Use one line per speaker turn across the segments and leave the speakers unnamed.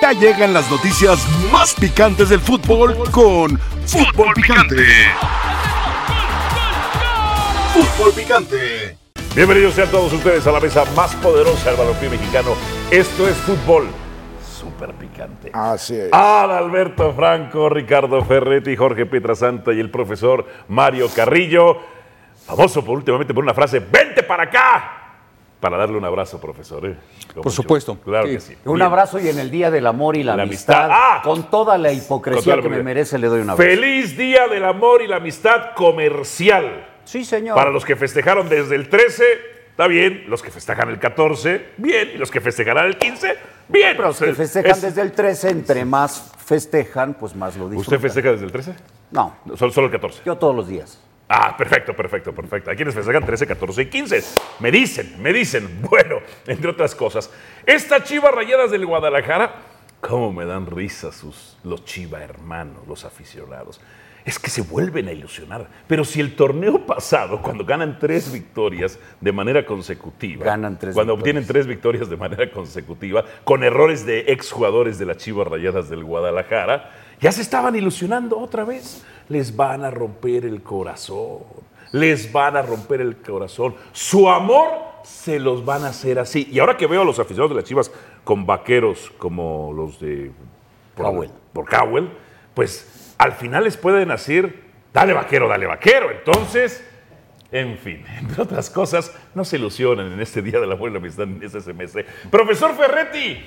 Ya llegan las noticias más picantes del fútbol con Fútbol Picante. Fútbol Picante.
Bienvenidos sean todos ustedes a la mesa más poderosa del balompié mexicano. Esto es fútbol súper picante.
Así es.
Al Alberto Franco, Ricardo Ferretti, Jorge Pietrasanta y el profesor Mario Carrillo, famoso por últimamente por una frase, vente para acá, para darle un abrazo, profesor. ¿eh? Con
Por supuesto.
Claro que sí.
Un
Bien.
abrazo y en el Día del Amor y la,
La amistad.
amistad,
¡Ah!
con toda la
Con toda
hipocresía
la
que me
hipocresía.
merece, le doy un abrazo.
Feliz Día del Amor y la Amistad Comercial.
Sí, señor.
Para los que festejaron desde el 13, está bien. Los que festejan el 14, bien. Y los que festejarán el 15, bien.
Pero los que
Es-
festejan
es-
desde el 13, entre más festejan, pues más lo disfrutan.
¿Usted festeja desde el 13?
No,
No, Solo, solo el 14.
yo todos los días.
Ah, perfecto, perfecto, perfecto. Hay quienes festejan 13, 14 y 15. Me dicen, me dicen. Bueno, entre otras cosas, estas chivas rayadas del Guadalajara, cómo me dan risa sus, los chiva hermanos, los aficionados. Es que se vuelven a ilusionar. Pero si el torneo pasado, cuando ganan tres victorias de manera consecutiva,
Ganan tres
cuando
victorias.
obtienen tres victorias de manera consecutiva, con errores de exjugadores de las Chivas Rayadas del Guadalajara, ya se estaban ilusionando otra vez. Les van a romper el corazón. Les van a romper el corazón. Su amor se los van a hacer así. Y ahora que veo a los aficionados de las Chivas con vaqueros como los de por,
Cowell.
por Cowell, pues al final les pueden decir, dale vaquero, dale vaquero. Entonces, en fin, entre otras cosas, no se ilusionan en este Día de la Buena Amistad en este ese semestre. Profesor Ferretti,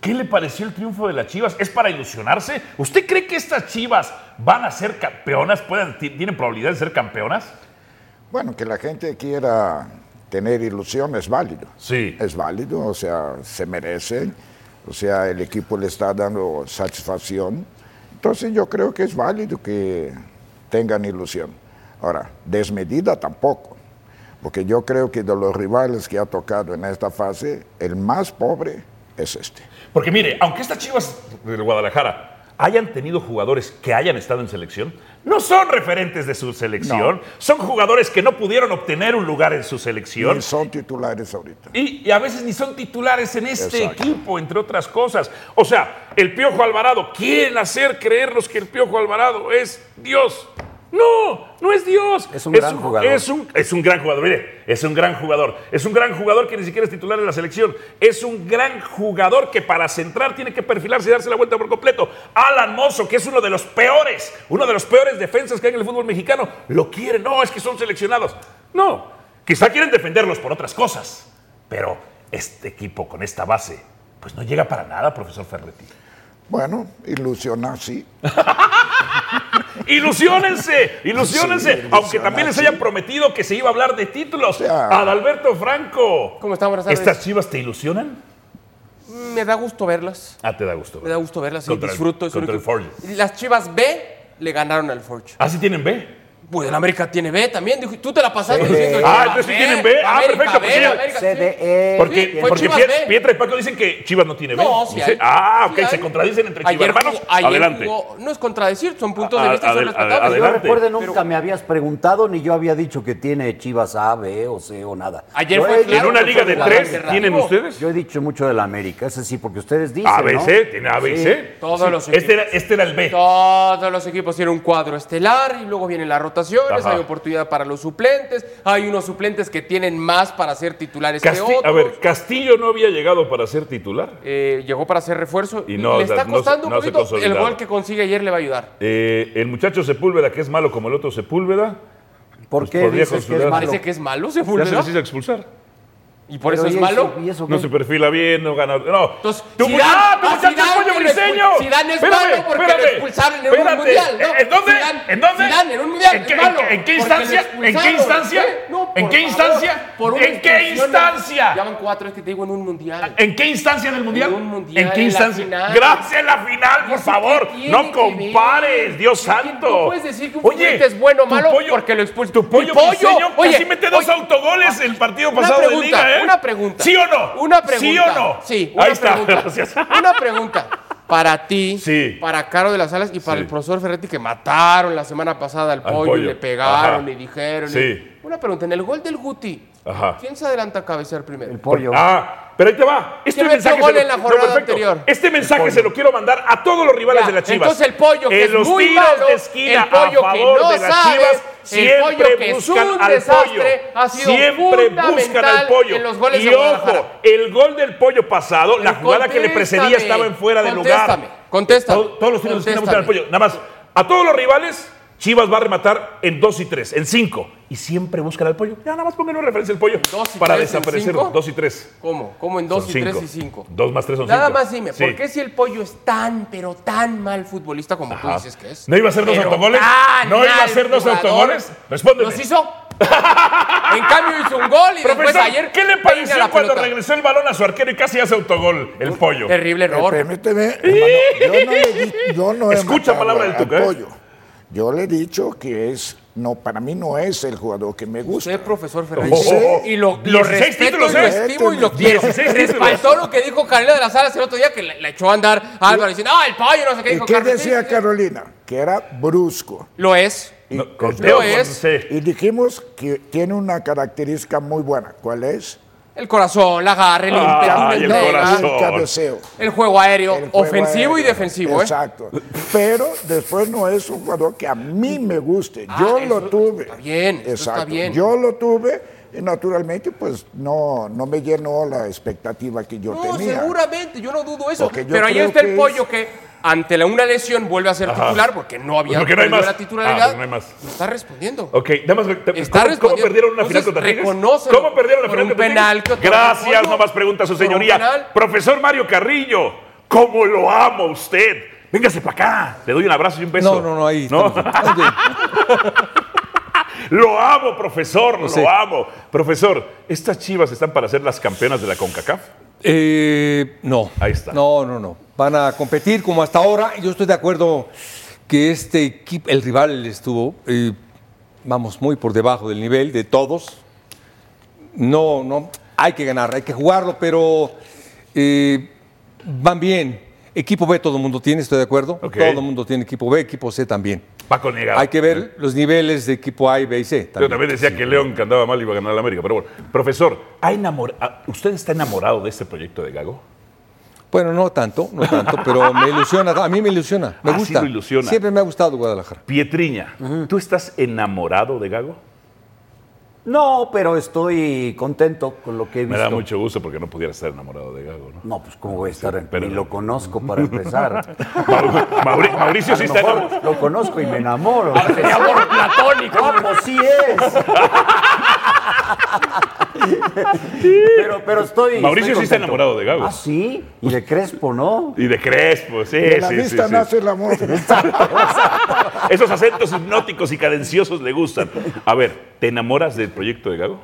¿qué le pareció el triunfo de las Chivas? ¿Es para ilusionarse? ¿Usted cree que estas Chivas van a ser campeonas? ¿Pueden, ti- ¿Tienen probabilidad de ser campeonas?
Bueno, que la gente quiera tener ilusión es válido.
Sí.
Es válido, o sea, se merecen. O sea, el equipo le está dando satisfacción. Entonces yo creo que es válido que tengan ilusión. Ahora, desmedida tampoco. Porque yo creo que de los rivales que ha tocado en esta fase, el más pobre es este.
Porque mire, aunque estas Chivas del Guadalajara hayan tenido jugadores que hayan estado en selección, no son referentes de su selección,
No.
son jugadores que no pudieron obtener un lugar en su selección.
Y son titulares ahorita.
Y, y a veces ni son titulares en este
Exacto.
equipo, entre otras cosas. O sea, el Piojo Alvarado, quieren hacer creernos que el Piojo Alvarado es Dios. No, no es Dios.
Es un gran jugador.
Es un, es un gran jugador, mire, es un gran jugador. Es un gran jugador que ni siquiera es titular en la selección. Es un gran jugador que para centrar tiene que perfilarse y darse la vuelta por completo. Alan Mozo, que es uno de los peores, uno de los peores defensas que hay en el fútbol mexicano, lo quieren. No, es que son seleccionados. No, quizá quieren defenderlos por otras cosas. Pero este equipo con esta base, pues no llega para nada, profesor Ferretti.
Bueno, ilusionar sí.
Ilusiónense, ilusiónense,
Sí,
aunque también les
sí.
hayan prometido que se iba a hablar de títulos.
sea.
Adalberto Franco.
¿Cómo están? Buenas tardes.
¿Estas chivas te ilusionan?
Me da gusto verlas.
Ah, te da gusto.
Me da gusto verlas. Sí,
Contra el-
disfruto. es un
contra el
equipo-
Forge.
Las Chivas B le ganaron al Forge.
¿Ah, sí tienen B?
Pues el América tiene B también. dijo, Tú te la pasaste
Sí.
diciendo.
Ah,
Chivas
entonces tienen B. Ah,
América
perfecto, pues
B,
sí.
América, sí.
CDE.
Porque,
Sí, fue
porque
Chivas
Piet-
B.
Pietra y Paco dicen que Chivas no tiene B.
No, sí
Dice-
hay.
ah,
Sí
ok, se
hay.
contradicen entre
Ayer
Chivas hermanos.
jugó- ayer
Adelante.
jugó- no es contradecir, son puntos de
A-
vista,
adel-
son
adel-
respetables.
pues Yo
adelante.
recuerdo nunca me habías preguntado ni yo había dicho que tiene Chivas A, B o C o nada.
Ayer
Yo
fue
he-
claro.
en una
que
liga
fue
de
jugador
tres,
cerrado.
¿tienen ustedes?
Yo he dicho mucho de la América, ese sí, porque ustedes dicen,
A, B,
¿no?
C, tiene A, B y C.
Todos los
Este era,
equipos.
este era el B.
Todos los equipos tienen un cuadro estelar y luego vienen las rotaciones,
Ajá.
hay oportunidad para los suplentes, hay unos suplentes que tienen más para ser titulares
Casti-
que otros.
a ver, Castillo no había llegado para ser titular.
Eh, llegó para hacer refuerzo
Y
y
no,
le
o sea,
está
no se-
costando
no se
un poquito. El
consolidaron.
gol que consigue ayer le va a ayudar.
Eh, el muchacho Sepúlveda, que es malo como el otro Sepúlveda,
¿Por
Pues
qué
podría
dices que es
considerar-
malo?
Parece que es malo,
ya se
Sepúlveda.
les hizo expulsar.
Y por eso
Pero
es
¿y
malo.
¿Y eso
No
qué?
se perfila bien, no gana. No.
Entonces,
tu
Zidane-
muchacho, ah, tu
a
muchacho es
Zidane
pollo
lo
briseño.
expul- Zidane es malo porque lo expulsaron en un mundial, ¿no?
¿En dónde?
Zidane-
¿En dónde?
Zidane en un mundial
¿En
es
qué,
malo,
en qué- en
porque
qué
lo
instancia? ¿En qué
expulsaron,
instancia?
¿eh? No,
¿En
por
qué
favor,
instancia?
por una
¿En qué
expulsión, no.
instancia?
Ya van cuatro, es que te digo en un mundial.
¿En qué instancia del mundial?
En un mundial,
¿En qué
en la
instancia?
final.
Gracias, la final,
¿Y eso
por
qué
favor.
tiene
No
que
compares,
ver?
Dios
Es que
santo.
no puedes decir que un
Oye,
futbolista es bueno o
tu
malo
pollo-
porque lo expulsó.
Tu
¡Mi
pollo,
pollo!
briseño
Oye,
casi mete dos
oye. ah,
autogoles el partido
Una
pasado de
pregunta,
liga, ¿eh?
una pregunta.
¿Sí o no?
Una pregunta.
¿Sí o no?
Sí, una
Ahí está,
pregunta.
gracias.
Una pregunta. Para ti,
Sí.
para Caro de las Alas y para
Sí.
el profesor Ferretti que mataron la semana pasada al,
Al
pollo, y
pollo.
le pegaron
Ajá.
y dijeron. y-
Sí.
Una pregunta, en el gol del Guti,
Ajá.
¿quién se adelanta a cabecear primero?
El pollo.
Ah, Pero ahí te va. Este
¿Quién metió
mensaje,
gol
se lo-
en la
no,
jornada
perfecto.
anterior?
Este mensaje se lo quiero mandar a todos los rivales
Ya,
de las Chivas.
entonces el pollo que
en
es
los
muy
tiros
malo,
de esquina
el pollo
a
que
favor
no
de las
sabe,
Chivas
el pollo
siempre
que es
buscan
un
al
desastre,
pollo.
ha sido
siempre buscan
fundamental
al pollo.
en los goles
y
de Guadalajara.
ojo, el gol del pollo pasado, la
Pero
jugada que le precedía
contéstame,
estaba en fuera de lugar.
contéstame, contéstame,
Todo- todos los tiros de esquina buscan al
contéstame.
pollo. Nada más, a todos los rivales, Chivas va a rematar en 2 y 3, en 5. Y siempre buscan al pollo. Ya nada más pongan una referencia al pollo.
¿Dos y
para
tres en
desaparecer.
cinco?
2 y 3.
¿Cómo? ¿Cómo en 2 y 3 y 5?
2 más 3 son 5.
Nada más dime, ¿por qué si el pollo es tan, pero tan mal futbolista como tú dices que es?
Ah. ¿No iba a hacer dos
Pero
autogoles?
tan
¿No iba a
mal
hacer dos
jugador.
autogoles? Respóndeme.
¿Los hizo? en cambio hizo un gol y después
Profesor,
ayer
¿qué le
peina
pareció
la
cuando
pelota.
regresó el balón a su arquero y casi hace autogol el pollo?
Terrible
Eh,
error.
permíteme, hermano, yo no le di- yo no he
Escucha
matado
palabra del
al
Tuca, ¿eh?
pollo. Yo le he dicho que es, no, para mí no es el jugador que me gusta.
Usted, profesor Fernández,
Oh,
y lo, lo
16
respeto
títulos,
y lo
¿eh?
estimo y lo quiero.
16 títulos.
Respaldó lo que dijo Carolina de las Alas el otro día, que le, le echó a andar a Álvaro diciendo, ah, el pollo, no sé qué
¿Y
dijo
qué
Carlos". Sí,
decía
sí,
Carolina? Que era brusco.
Lo es.
Y,
No, con Teo, con
es.
C.
y dijimos que tiene una característica muy buena. ¿Cuál es?
El corazón, la agarre, el
Ah,
ímpetu,
y el
entrega,
corazón.
el cabeceo.
el juego aéreo,
el juego
ofensivo y
aéreo.
defensivo. ¿eh?
Exacto. Pero después no es un jugador que a mí me guste.
Ah,
Yo
eso
lo tuve.
está bien, eso está bien.
Yo lo tuve y naturalmente pues no, no me llenó la expectativa que yo
No,
tenía.
seguramente, yo no dudo eso.
Porque yo
Pero ahí
creo
está
que
el
es-
pollo que ante la- una lesión vuelve a ser titular porque no había
Porque no hay
perdido
más.
la titularidad.
Ah, no hay más.
Lo está respondiendo.
Ok, nada más. ¿cómo-
Está
¿cómo,
respondiendo.
perdieron una final
Entonces,
contra Tigres?
reconócelo.
¿Cómo perdieron la
Por
final
un
contra
penal
Tigres?
que otorgó
Gracias,
Pollo.
no más preguntas, su
Por un
señoría.
penal.
Profesor Mario Carrillo, ¿cómo lo amo a usted? Véngase para acá. Le doy un abrazo y un beso.
No, no, no, ahí.
No.
estamos. Oye,
Lo amo, profesor, lo
Sí.
amo. Profesor, ¿estas chivas están para ser las campeonas de la CONCACAF?
eh, no.
Ahí está.
No, no, no. Van a competir como hasta ahora. Yo estoy de acuerdo que este equipo, el rival estuvo, eh, vamos, muy por debajo del nivel de todos. No, no. Hay que ganar, hay que jugarlo, pero eh, van bien. Equipo B todo el mundo tiene, estoy de acuerdo.
Ok.
Todo el mundo tiene equipo B, equipo C también.
Paco Negado.
Hay que ver los niveles de equipo A y B y C.
Yo también decía que León que andaba mal iba a ganar la América, pero bueno. Profesor, ¿ha enamor- ah, ¿usted está enamorado de este proyecto de Gago?
Bueno, no tanto, no tanto, pero me ilusiona, a mí me ilusiona, me
Ah, sí
gusta.
lo ilusiona.
Siempre me ha gustado Guadalajara.
Pietriña, ¿tú estás enamorado de Gago?
No, pero estoy contento con lo que he
Me
visto.
da mucho gusto porque no pudiera estar enamorado de Gago, ¿no?
No, pues cómo voy a estar, en-
pero-
ni lo conozco para empezar.
Mauri- Mauri-
A
Mauricio sí
lo
está Ah,
mejor
enamorado.
lo conozco y me enamoro.
De amor platónico.
Ah, pues sí es. pero, pero estoy.
Mauricio
estoy
sí
contento.
está enamorado de Gago.
Ah, sí. Y de Crespo, ¿no?
Y de Crespo, sí,
De la
sí, sí,
vista
sí.
nace el amor.
Esos acentos hipnóticos y cadenciosos le gustan. A ver, ¿te enamoras del proyecto de Gago?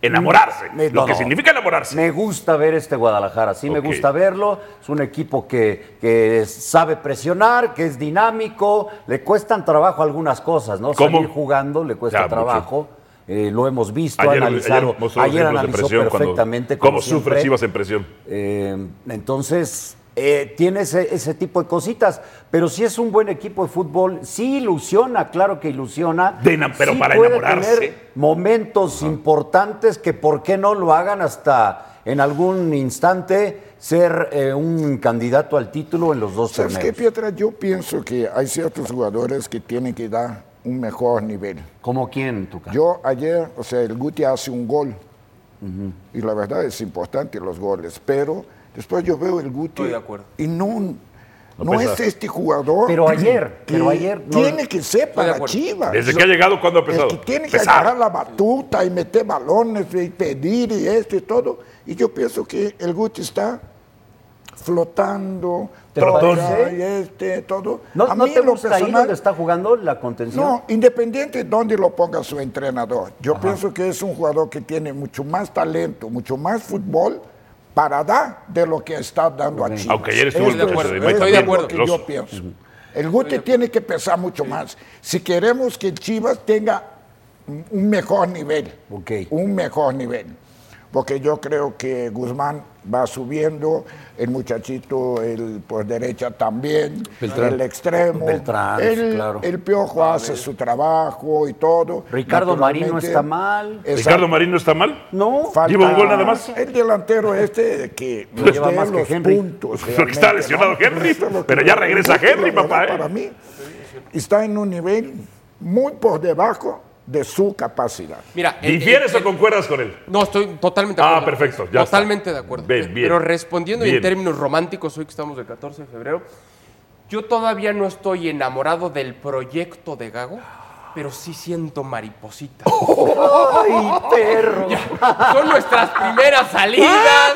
Enamorarse,
Me-
lo
no,
que
no.
significa enamorarse.
Me gusta ver este Guadalajara, sí
Ok.
me gusta verlo. Es un equipo que, que sabe presionar, que es dinámico. Le cuestan trabajo algunas cosas, ¿no?
¿Cómo?
Salir jugando le cuesta
Ya, mucho.
trabajo. Eh, lo hemos visto,
Ayer-
analizado.
ayer mostró los
Ayer,
ejemplos de
analizó
presión cuando-
perfectamente. como
cómo sufre
siempre.
Chivas en presión.
Eh, entonces, eh, tiene ese, ese tipo de cositas. Pero si es un buen equipo de fútbol, sí ilusiona, claro que ilusiona.
De enam- pero
Sí
para
puede
enamorarse.
tener momentos importantes que por qué no lo hagan hasta en algún instante ser eh, un candidato al título en los dos
¿Sabes qué,
torneos.
Pietra? Yo pienso que hay ciertos jugadores que tienen que dar un mejor nivel.
¿Como quién, Tuca?
Yo ayer, o sea, el Guti hace un gol. Y la verdad es importante los goles, pero después yo veo el Guti
Estoy de acuerdo.
y no, no,
pesa.
es este jugador.
Pero ayer,
que
pero ayer no-
tiene que ser
de
para
acuerdo.
Chivas.
Desde que ha llegado, ¿cuándo ha
El
empezado?
que tiene que
Pesado.
agarrar la batuta y meter balones y pedir y esto y todo. Y yo pienso que el Guti está flotando,
¿Te
todo
parece?
y este, todo.
¿No,
A
no
mí
te
en lo
gusta ahí
personal-
donde está jugando la contención?
no, independiente de dónde lo ponga su entrenador. Yo pienso que es un jugador que tiene mucho más talento, mucho más fútbol para dar de lo que está dando a Chile.
Aunque ayer estuvo
el proceso de Mike
Estoy de
también,
acuerdo. Lo que
Loso.
yo pienso. El Guti tiene que pesar mucho más. Si queremos que Chivas tenga un un mejor nivel.
Ok.
Un mejor nivel. porque yo creo que Guzmán va subiendo, el muchachito el por derecha también,
Beltrán.
el extremo,
Beltrán,
el,
claro.
el Piojo hace su trabajo y todo.
Ricardo Marín no
Naturalmente,
está mal.
exacto.
Ricardo Marín no está mal.
No.
Falta
Lleva un gol nada más.
El delantero este que
No
nos
lleva
dé
más que
los
Henry.
puntos.
Porque está
realmente,
lesionado Henry,
Esto es lo que
pero ya
me
regresa
preocupa,
Henry,
la verdad,
papá, ¿eh?
Para mí está en un nivel muy por debajo de su capacidad.
Mira, el-
¿Difieres
el-
o concuerdas con él?
No, estoy totalmente de
Ah,
acuerdo.
perfecto, ya está.
totalmente de acuerdo.
Bien, bien.
Pero respondiendo
Bien.
en términos románticos, hoy que estamos del 14 de febrero, yo todavía no estoy enamorado del proyecto de Gago, pero sí siento mariposita.
¡Ay, perro!
Son nuestras primeras salidas,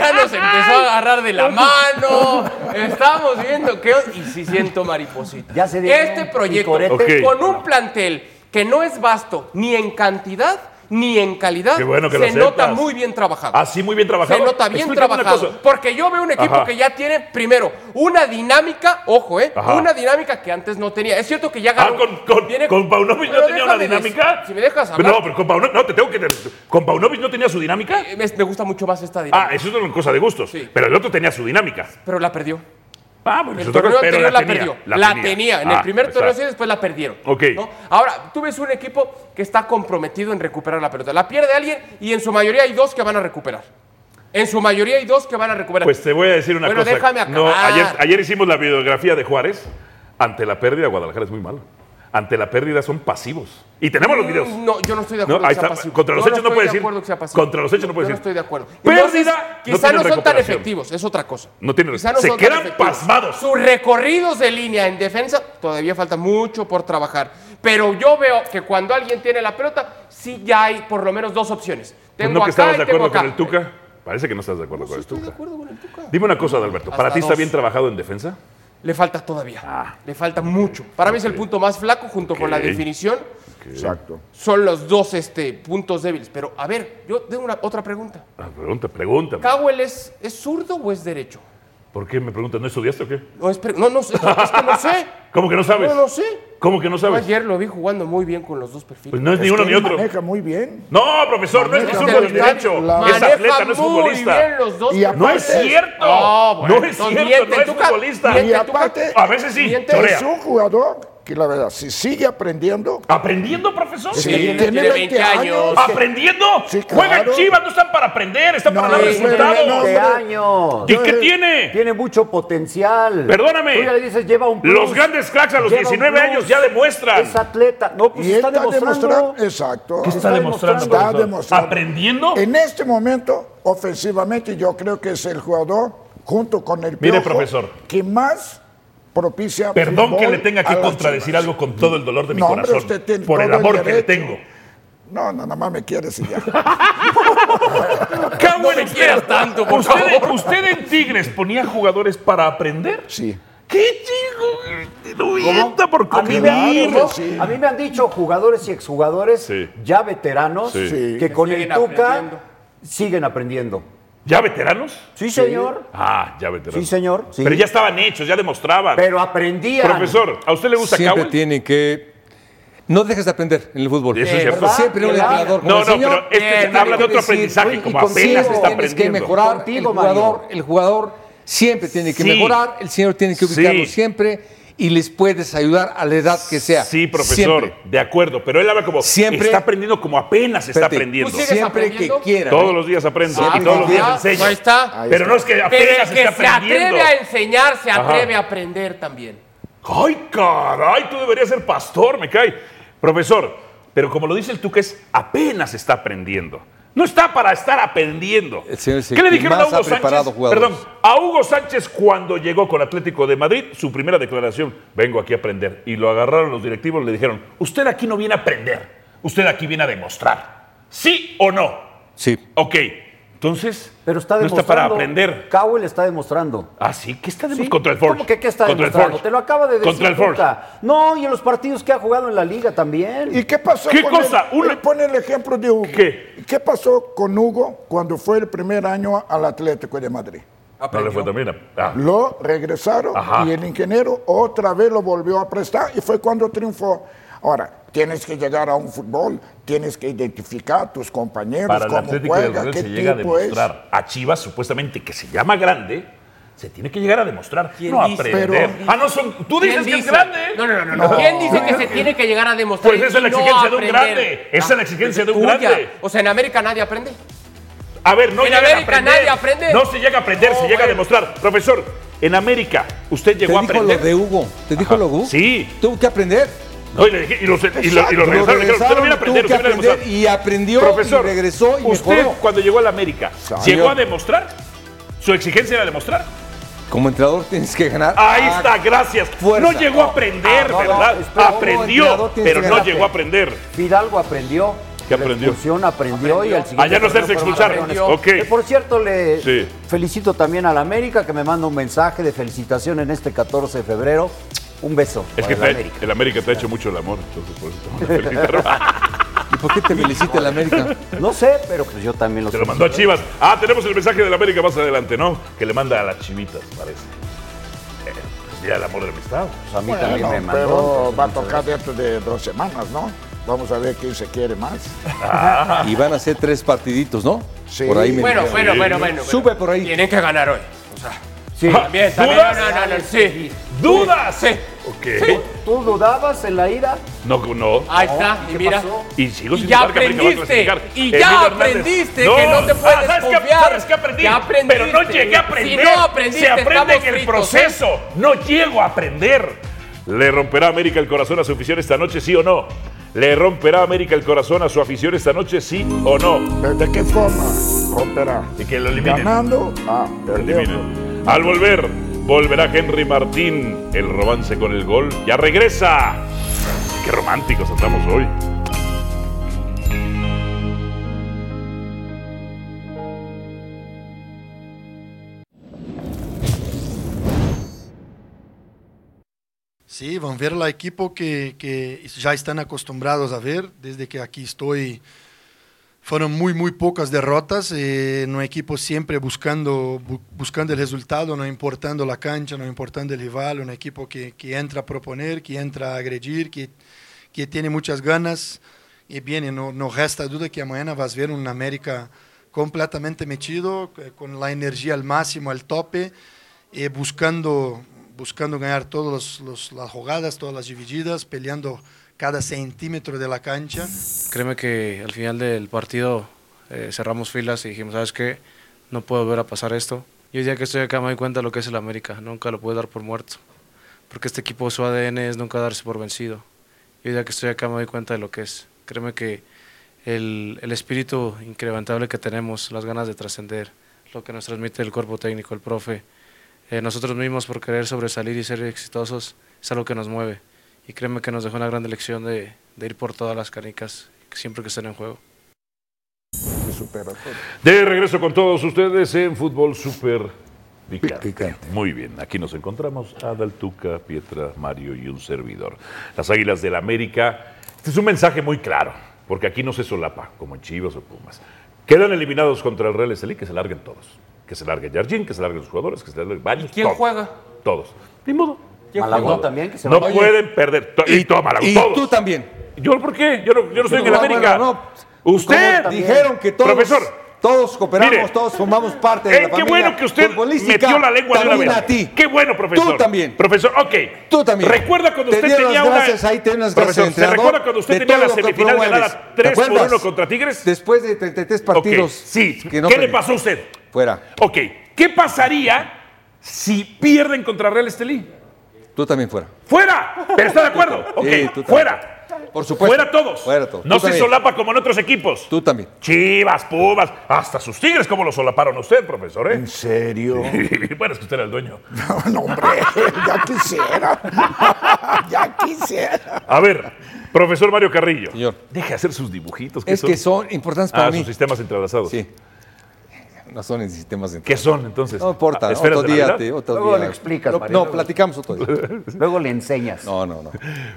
ya nos empezó a agarrar de la mano, estamos viendo qué on- y sí siento mariposita.
Ya se dieron
este
un
proyecto
picorete.
Ok.
con un plantel que no es vasto ni en cantidad ni en calidad,
Qué bueno que lo
se nota
aceptas.
muy bien trabajado.
Así muy bien trabajado.
Se nota bien
Explícame una
trabajado.
cosa.
Porque yo veo un equipo
Ajá.
que ya tiene, primero, una dinámica, ojo, ¿eh?
Ajá.
Una dinámica que antes no tenía. Es cierto que ya
Ah,
ganó.
con, con,
viene-
con Paunovic no
Pero
tenía una
déjame des-
dinámica.
Si me dejas
Pero
hablar.
No, pero con Paunovic, no, te tengo que. ¿Con Paunovic no tenía su dinámica?
eh, es- me gusta mucho más esta dinámica.
Ah, eso es una cosa de gustos.
Sí.
Pero el otro tenía su dinámica.
Pero la perdió.
Ah,
El
bueno, eso es otra
torneo
cosa, pero
anterior la,
tenía,
perdió. La, tenía. En el
Ah,
primer torneo
exacto.
sí, después la perdieron.
Ok.
¿no? Ahora, tú ves un equipo que está comprometido en recuperar la pelota. La pierde alguien y en su mayoría hay dos que van a recuperar. En su mayoría hay dos que van a recuperar.
Pues te voy a decir una
Bueno,
cosa.
déjame acabar.
No, ayer, ayer hicimos la biografía de Juárez. Ante la pérdida, Guadalajara es muy malo. Ante la pérdida son pasivos. Y tenemos los videos.
Mm, No, yo no estoy de
No,
acuerdo
ahí
que sea
está.
pasivo.
Contra los
Yo
hechos no
estoy
puedes
de
decir.
acuerdo que sea pasivo.
Contra los hechos no puedes
Yo
decir.
no estoy de acuerdo.
Pérdida,
Entonces,
no
quizá no,
tienen
son tan
recuperación.
efectivos, es otra cosa.
No tienen-
Quizá no
se
son tan
quedan
efectivos.
pasmados.
Sus recorridos de línea en defensa todavía falta mucho por trabajar. Pero yo veo que cuando alguien tiene la pelota, sí ya hay por lo menos dos opciones.
Pues
Tengo
no
acá
que estabas de
y tengo
acuerdo
acá.
con el Tuca. Parece que no estás de acuerdo con el
Estoy de
Tuca.
acuerdo con el Tuca.
Dime una cosa, Alberto. ¿Para
Hasta
ti está
dos.
bien trabajado en defensa?
Le falta todavía. Le falta mucho. Para mí es el punto más flaco junto con la
Ah. Ok.
definición.
Exacto.
Son los dos este, puntos débiles. Pero a ver, yo tengo una, otra pregunta.
Ah, pregunta, pregúntame.
¿Cowell es, es zurdo o es derecho?
¿Por qué me preguntas? ¿No estudiaste o qué?
No, es pre- no, no sé, es que no sé.
¿Cómo que no sabes?
No, no sé.
¿Cómo que no
Yo
sabes?
Ayer lo vi jugando muy bien con los dos perfiles.
Pues no es, ni
Es
uno
que
ni
él
otro.
Maneja muy bien.
No, profesor, no es ni
Maneja
zurdo ni
muy bien.
derecho.
La-
Es atleta, no es
Maneja muy bien
futbolista.
los dos
Y
No
aparte-
es
perfiles.
cierto.
No, bueno,
no es
entonces
cierto,
miente,
no es
Tuca,
futbolista.
miente,
Y
Tuca.
aparte-
A veces sí,
Miente.
chorea.
Es un jugador que la verdad, si sigue aprendiendo,
¿Aprendiendo, profesor?
Sí,
tiene-
tiene
tiene
20
20
años.
años.
¿Aprendiendo?
Sí,
Juegan
claro.
chivas, no están para aprender, están
No,
para dar
no,
resultados.
no,
Tiene
hombre.
20 años.
¿Y qué tiene?
Tiene mucho potencial.
Perdóname.
Tú ya le dices, lleva un plus.
Los grandes cracks a los
Lleva un
19
plus.
años ya demuestran.
Es atleta. No, pues
y él
está,
está
demostrando.
demostrando. Exacto.
está demostrando,
Está
profesor?
demostrando.
¿Aprendiendo?
En este momento, ofensivamente, yo creo que es el jugador, junto con el
Mire,
Piojo,
profesor.
que más propicia.
Perdón
fútbol
que le tenga
a
que
las
contradecir
Chivas.
algo con todo el dolor de mi
No, hombre,
corazón.
usted tiene
por el
todo el
amor que le
derecho.
tengo.
No, no, nada más me quieres y ya.
Cabo
me quieras tanto, por
usted,
favor.
usted en Tigres ponía jugadores para aprender.
Sí.
¿Qué chico? No mienta por
A mí, me han
convivir.
dicho,
sí.
a mí me han dicho jugadores y exjugadores
Sí.
ya veteranos
Sí.
Sí.
que con el
siguen
Tuca
aprendiendo.
siguen aprendiendo.
¿Ya veteranos?
Sí, señor.
Ah, ya veteranos.
Sí, señor. Sí.
Pero ya estaban hechos, ya demostraban.
Pero aprendían.
Profesor, ¿a usted le gusta
Siempre
Cowell?
tiene que. No dejes de aprender en el fútbol.
Eso es cierto.
¿verdad?
Siempre un
Claro.
entrenador. como
No,
el
no,
señor,
pero este
tiene
habla de
que
otro
decir,
aprendizaje,
"Oye,
como
y contigo
apenas está
Tienes que
aprendiendo".
mejorar.
Contigo,
el jugador,
Mario.
el jugador siempre tiene que
Sí.
mejorar. El señor tiene que
Sí.
ubicarlo siempre y les puedes ayudar a la edad que sea.
Sí, profesor,
Siempre.
de acuerdo. Pero él habla como
Siempre.
está aprendiendo como apenas está
Espérate,
aprendiendo.
Pues sí,
Siempre que
aprendiendo?
quiera.
Todos los días aprendo
Ah,
y todos los días
ya,
enseño.
ahí está.
Ahí
Pero
está.
no es que
Pero el
apenas
que
está
se
aprendiendo.
atreve a enseñar, se
Ajá.
atreve a aprender también.
Ay, caray, tú deberías ser pastor, me cae. Profesor, pero como lo dice el Tuca, es apenas está aprendiendo. No está para estar aprendiendo.
El señor es el
¿Qué le
que
dijeron a
más ha
Hugo
preparado
Sánchez?
jugadores.
Perdón, a Hugo Sánchez cuando llegó con Atlético de Madrid, su primera declaración, vengo aquí a aprender. Y lo agarraron los directivos, le dijeron, usted aquí no viene a aprender, usted aquí viene a demostrar. ¿Sí o no?
Sí.
Ok, entonces
Pero está
no está
demostrando.
para aprender.
Cowell está demostrando.
Ah, sí, ¿qué está
Sí.
demostrando? Contra el Forge.
¿Cómo que qué está
Contra el
demostrando?
Forge.
Te lo acaba de decir.
Contra el Forge.
Tuca. No, y en los partidos que ha jugado en la liga también.
¿Y qué pasó
¿Qué
con
cosa?
El,
Una-
él pone el ejemplo de Hugo.
¿Qué?
¿Y ¿Qué pasó con Hugo cuando fue el primer año al Atlético de Madrid?
No le fue también. Ah,
Lo regresaron
Ajá.
y el ingeniero otra vez lo volvió a prestar y fue cuando triunfó. Ahora, Tienes que llegar a un fútbol, tienes que identificar a tus compañeros,
Para el
cómo
Atlético de
juega,
Madrid
qué
se llega a
tipo es.
demostrar. A Chivas, supuestamente, que se llama grande, se tiene que llegar a demostrar.
¿Quién
No
dice?
aprender.
Pero-
Ah, no, son, tú dices
¿Quién
que es
dice?
grande.
No, no, no, no, no. ¿Quién dice que se tiene que llegar a demostrar?
Pues esa
y
es la
no
exigencia de un
aprender?
grande. Esa es la exigencia de un
Tuya.
grande.
O sea, en América nadie aprende.
A ver, no
En
llega a
América
aprender.
nadie aprende.
No se llega a aprender,
No,
se llega a
bueno.
demostrar. Profesor, en América, ¿usted
Te
llegó a
dijo
aprender?
lo de Hugo. Te dijo lo de Hugo.
Sí.
Tuvo que aprender.
No, y, le dije- y los, y lo- y lo
Exacto,
regresaron. le dijeron, usted no viene a aprender,
tuvo que
usted viene a
aprender
demostrar.
y aprendió y regresó y
usted
mejoró.
cuando llegó a la América,
Señor.
¿llegó a demostrar? ¿Su exigencia era demostrar?
Como entrenador tienes que ganar.
Ahí
Ah,
está, gracias.
fuerza.
No llegó a aprender,
Ah, no, no,
¿verdad?
espera, ¿cómo
aprendió,
entrenador tienes
pero
que
no
ganar?
llegó a aprender.
Fidalgo aprendió. La
¿Qué aprendió?
expulsión aprendió, y al siguiente.
Allá no se
torneo fueron
expulsaron.
campeones.
Ok.
Que, por cierto, le
Sí.
felicito también a la América que me manda un mensaje de felicitación en este 14 de febrero. Un beso.
Es que
para la
te-
América.
el América te ha hecho mucho el amor, entonces por eso te van a felicitar.
¿Y por qué te felicita el América?
No sé, pero pues yo también los
Te lo mandó a Chivas. Ah, tenemos el mensaje del América más adelante, ¿no? Que le manda a las chivitas, parece. Eh, pues Día del amor de la amistad.
Pues a mí
Bueno,
también me mandó.
pero
entonces,
va a
muchas
¿eh?
tocar dentro de dos semanas, ¿no? Vamos a ver quién se quiere más.
Ah. Y van a ser tres partiditos, ¿no?
Sí.
Por ahí me
Bueno,
dijeron.
bueno, bueno, bueno.
Sube por ahí.
Tienen que ganar hoy. O sea,
Sí.
también, también.
¿Dudas?
No, no, no, no, sí.
¡Dudas!
Sí.
Ok.
¿Tú dudabas en la ida?
No, no.
Ahí está, y mira.
pasó?
Y sigo sin
Y ya
dudar que América va a
aprendiste,
clasificar.
y
Emilio
ya
Hernández.
aprendiste que no te puedes
ah, ¿sabes qué-
confiar?
¿Sabes qué aprendí?
Ya aprendiste.
Pero no llegué a aprender.
Si no aprendiste,
Se aprende en
estamos
el
fritos, ¿eh?
proceso. No llego a aprender. ¿Le romperá América el corazón a su afición esta noche, sí o no? ¿Le romperá América el corazón a su afición esta noche, sí o no?
¿Pero de qué forma romperá?
Y que lo eliminen.
Ganando, ah,
Lo
perdiendo.
eliminen. Al volver, volverá Henry Martín. El romance con el gol ya regresa. Qué románticos andamos hoy.
Sí, van a ver la equipo que, que ya están acostumbrados a ver. Desde que aquí estoy, fueron muy, muy pocas derrotas. Eh, un equipo siempre buscando, bu- buscando el resultado, no importando la cancha, no importando el rival. Un equipo que, que entra a proponer, que entra a agredir, que, que tiene muchas ganas. Y viene, no, no resta duda que mañana vas a ver un América completamente metido, eh, con la energía al máximo, al tope eh, buscando, buscando ganar todas las jugadas, todas las divididas, peleando cada centímetro de la cancha.
Créeme que al final del partido eh, cerramos filas y dijimos, ¿sabes qué? No puedo volver a pasar esto. Y hoy día que estoy acá me doy cuenta de lo que es el América. Nunca lo puedo dar por muerto. Porque este equipo, su ADN es nunca darse por vencido. Y hoy día que estoy acá me doy cuenta de lo que es. Créeme que el, el espíritu incrementable que tenemos, las ganas de trascender, lo que nos transmite el cuerpo técnico, el profe, eh, nosotros mismos por querer sobresalir y ser exitosos es algo que nos mueve. Y créeme que nos dejó una gran lección de, de ir por todas las canicas siempre que estén en juego.
que supera todo.
De regreso con todos ustedes en Fútbol Super Picante. Muy bien, aquí nos encontramos Adal Tuca, Pietra, Mario y un servidor. Las Águilas del América. Este es un mensaje muy claro, porque aquí no se solapa, como en Chivas o Pumas. Quedan eliminados contra el Real Estelí, que se larguen todos. Que se largue Jardín, que se larguen los jugadores, que se larguen varios.
¿Quién
todos.
juega?
Todos. Ni modo.
Malagón
Ni modo.
también, que se
No
vaya.
pueden perder. To- Y, tómala,
y
todos.
tú también.
¿Yo por qué? Yo no, yo no estoy en el
Ah,
América.
bueno, no.
Usted.
¿Cómo Dijeron que todos.
Profesor.
Todos cooperamos,
Mire.
todos formamos parte de
Eh,
la
qué
familia
bueno que usted
futbolística.
metió la lengua de una
También
vez.
a ti.
Qué bueno, profesor.
Tú también.
Profesor, ok.
Tú también.
Recuerda cuando
Te
usted
dieron
tenía
las
una.
gracias ahí, te dieron las gracias
profesor,
al
¿se
entrenador
recuerda cuando usted
de
tenía
todo
la
lo que
semifinal
promueves.
ganada
¿Te
3 por
acuerdas?
1 contra Tigres?
Después de 33
Ok,
partidos.
Sí.
que no
¿Qué le
perdí.
pasó a usted?
Fuera.
Ok. ¿Qué pasaría si pierden contra Real Estelí?
Tú también fuera.
¡Fuera! ¿Pero está de acuerdo? Ok.
Sí, tú también.
¡Fuera!
Por supuesto.
¡Fuera todos!
Fuera todos.
No
Tú
se
también.
solapa como en otros equipos.
Tú también.
Chivas, Pumas, hasta sus Tigres, como lo solaparon a usted, profesor, ¿eh?
¿En serio?
bueno, es que usted era el dueño.
No, no, hombre, ya quisiera. ya quisiera.
A ver, profesor Mario Carrillo.
Señor.
Deje hacer sus dibujitos.
Es que son importantes para
ah,
mí.
sus sistemas entrelazados.
Sí. No son en sistemas de
¿Qué son entonces?
No importa,
Ah, ¿esferas
otro
de
día,
Navidad?
te, otro
Luego
día.
le explicas,
no,
Mariano.
no, platicamos otro día.
Luego le enseñas.
No, no, no.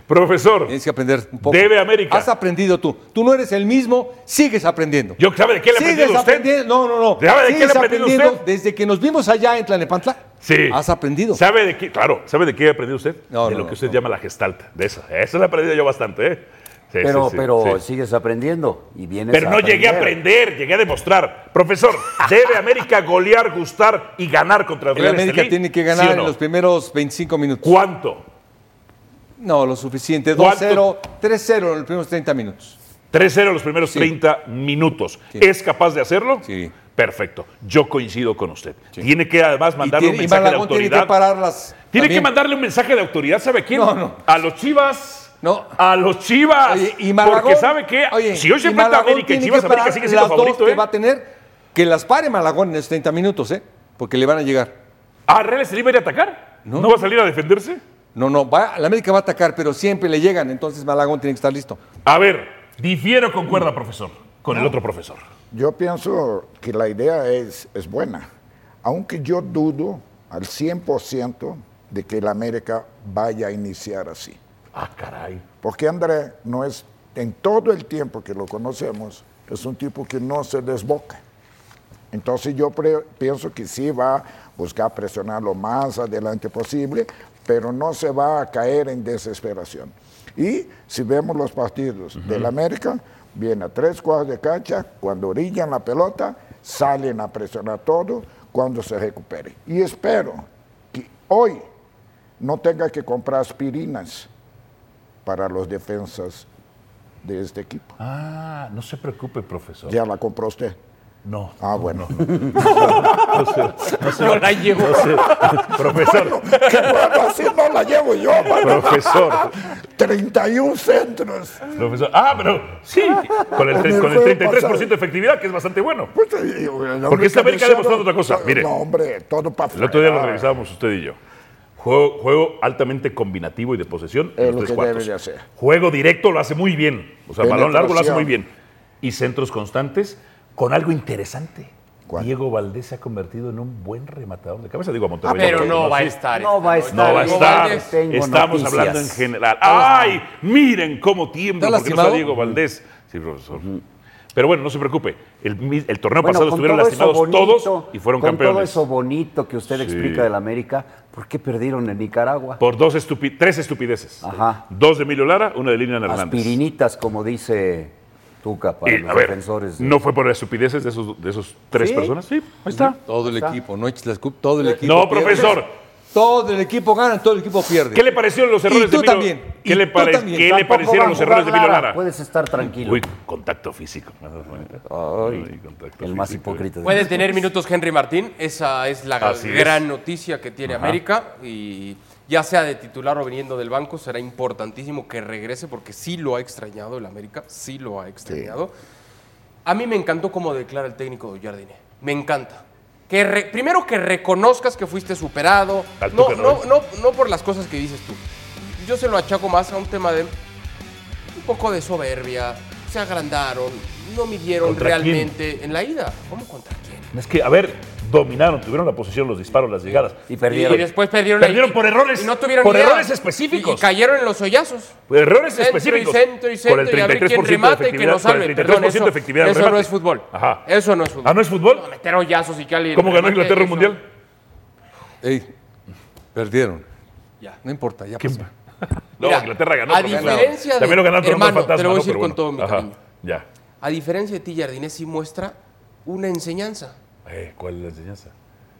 Profesor,
Tienes que aprender un poco.
Debe América.
Has aprendido tú. Tú no eres el mismo, sigues aprendiendo.
¿yo sabe de qué le
sigues
aprendió usted?
aprendiendo. No, no, no.
¿Sabe de qué
Sigues
le ha aprendido
aprendiendo
usted?
desde que nos vimos allá en Tlanepantla.
Sí.
Has aprendido.
¿Sabe de qué? Claro, ¿sabe de qué ha aprendido usted?
No,
de
no,
lo
no,
que usted
no.
llama la gestalt, de esa. Esa la he aprendido yo bastante, ¿eh? Sí,
pero
sí, sí,
pero
sí.
sigues aprendiendo y vienes
Pero
a
no llegué a
aprender.
aprender, llegué a demostrar. Profesor, ¿debe América golear, gustar y ganar contra el
El
Real
América
Estelí?
tiene que
¿Sí
ganar
o no?
en los primeros 25 minutos.
¿Cuánto?
No, lo suficiente.
¿Cuánto?
2-0, 3-0 en los primeros 30 minutos.
3-0 los primeros
Sí.
30 minutos.
Sí.
¿Es capaz de hacerlo?
Sí.
Perfecto. Yo coincido con usted. Tiene que además
Y,
mandarle
tiene,
un
y
mensaje de
Malagón tiene
autoridad.
que pararlas.
Tiene que
también.
mandarle un mensaje de autoridad, ¿sabe a quién?
No, no.
A los Chivas.
No.
A los Chivas.
Oye, y Malagón,
Porque sabe que
oye,
si hoy se
y
enfrenta a
Malagón
América y
tiene
Chivas,
que
América
parar
sigue siendo
las dos
favorito,
que
¿eh?
va a tener, que las pare Malagón en los 30 minutos, ¿eh? Porque le van a llegar.
¿A Ah, Real Estelí va a ir a atacar?
No.
¿No va a salir a defenderse?
No, no, va, la América va a atacar, pero siempre le llegan, entonces Malagón tiene que estar listo.
A ver, difiero con cuerda, profesor. Con el otro profesor.
Yo pienso que la idea es, es buena, aunque yo dudo al 100% de que el América vaya a iniciar así.
Ah, caray.
Porque André no es, en todo el tiempo que lo conocemos, es un tipo que no se desboca. Entonces yo pre- pienso que sí va a buscar presionar lo más adelante posible, pero no se va a caer en desesperación. Y si vemos los partidos del América, viene a tres cuadros de cancha, cuando orillan la pelota, salen a presionar todo cuando se recupere. Y espero que hoy no tenga que comprar aspirinas para los defensas de este equipo.
Ah, no se preocupe, profesor.
Ya la compró usted.
No.
Ah, bueno.
No la llevo.
Profesor,
Qué bueno, así no la llevo yo, mano.
profesor,
31 centros.
profesor. Ah, pero sí, con el, tre-
En el
con el
juego
33%
pasado.
de efectividad, que es bastante bueno.
Pues, eh, el hombre
Porque esta América ha demostrado
cabeceado-
otra cosa, mire.
No, hombre, todo para
El otro día lo revisábamos usted y yo. Juego, juego altamente combinativo y de posesión en
Es
los
lo
tres
que
cuartos.
debe de hacer.
Juego directo lo hace muy bien. O sea, balón largo lo hace muy bien. Y centros constantes con algo interesante.
¿Cuál?
Diego Valdés se ha convertido en un buen rematador de cabeza. Digo, a Monterrey.
Ah, Pero
porque
no va a
sé.
estar.
No va a
esta
No
noche.
va a
Diego
estar.
Valdés.
Tengo
Estamos
noticias.
hablando en general. ay, miren cómo tiembla
¿Está
porque no está
lastimado?
Diego Valdés. Sí, profesor. Pero bueno, no se preocupe. El, mi- el torneo
Bueno,
pasado
con
estuvieron
todo eso
lastimados
bonito,
todos y fueron
con
campeones.
Todo eso bonito que usted explica del América, ¿por qué perdieron en Nicaragua?
Por dos estupi- tres estupideces.
Ajá.
Dos de Emilio Lara, una de Lilian Hernández.
Aspirinitas, como dice Eh, Tuca para
Y,
los
a ver,
defensores. de-
¿no fue por las estupideces de esos, de esos tres
Sí.
personas? Sí, ahí está.
Todo el equipo, no eches las culpas, todo el equipo.
No,
pierde.
profesor.
Todo el equipo gana, todo el equipo pierde.
¿Qué le parecieron los errores
Y tú
de Emilio
también.
¿Qué,
Y
le,
tú
pare-
también.
¿qué le
Tampoco va
parecieron
a
los
jugar
errores de Emilio
Lara,
Lara?
Puedes estar tranquilo.
Uy, contacto físico. Ay, contacto
el más
físico.
hipócrita. de
Puede
todos.
tener minutos Henry Martín, esa es la
pues, Así es.
gran noticia que tiene América y ya sea de titular o viniendo del banco, será importantísimo que regrese porque sí lo ha extrañado el América, sí lo ha extrañado. A mí me encantó cómo declara el técnico de Jardine, me encanta. Que re- primero que reconozcas que fuiste superado,
Al
no,
Tuca,
no,
¿no?
no, no por las cosas que dices tú. Yo se lo achaco más a un tema de un poco de soberbia, se agrandaron, no midieron
¿Contra quién?
realmente en la ida. ¿Cómo contra quién?
Es que, a ver, dominaron, tuvieron la posición, los disparos, las llegadas.
Y perdieron.
Y después perdieron.
Perdieron
ahí.
por errores,
Y no tuvieron
por
idea.
errores específicos.
Y cayeron en los hoyazos.
Errores
Centro y
específicos.
centro y
Por el
centro, y a ver
33%
quién remata
de
y que lo
efectividad.
salve.
por el
Perdón,
33% de
eso-
efectividad de
eso
remate.
no es fútbol.
Ajá.
Eso no es fútbol.
¿Ah, no es fútbol?
No, meter hoyazos y que alguien
¿Cómo ganó
remate,
Inglaterra el
eso-
Mundial?
Ey, perdieron.
Ya.
No importa, ya
¿Quién?
pasó.
No,
Mira,
Inglaterra ganó.
a
pero ganó.
diferencia de-
También lo ganaron por un
hermano,
fantasma,
te lo voy a
¿no?
decir
Pero
con
bueno.
todo mi
Ajá,
cariño.
Ya.
A diferencia de ti, Jardine sí muestra una enseñanza.
Eh, ¿Cuál es la enseñanza?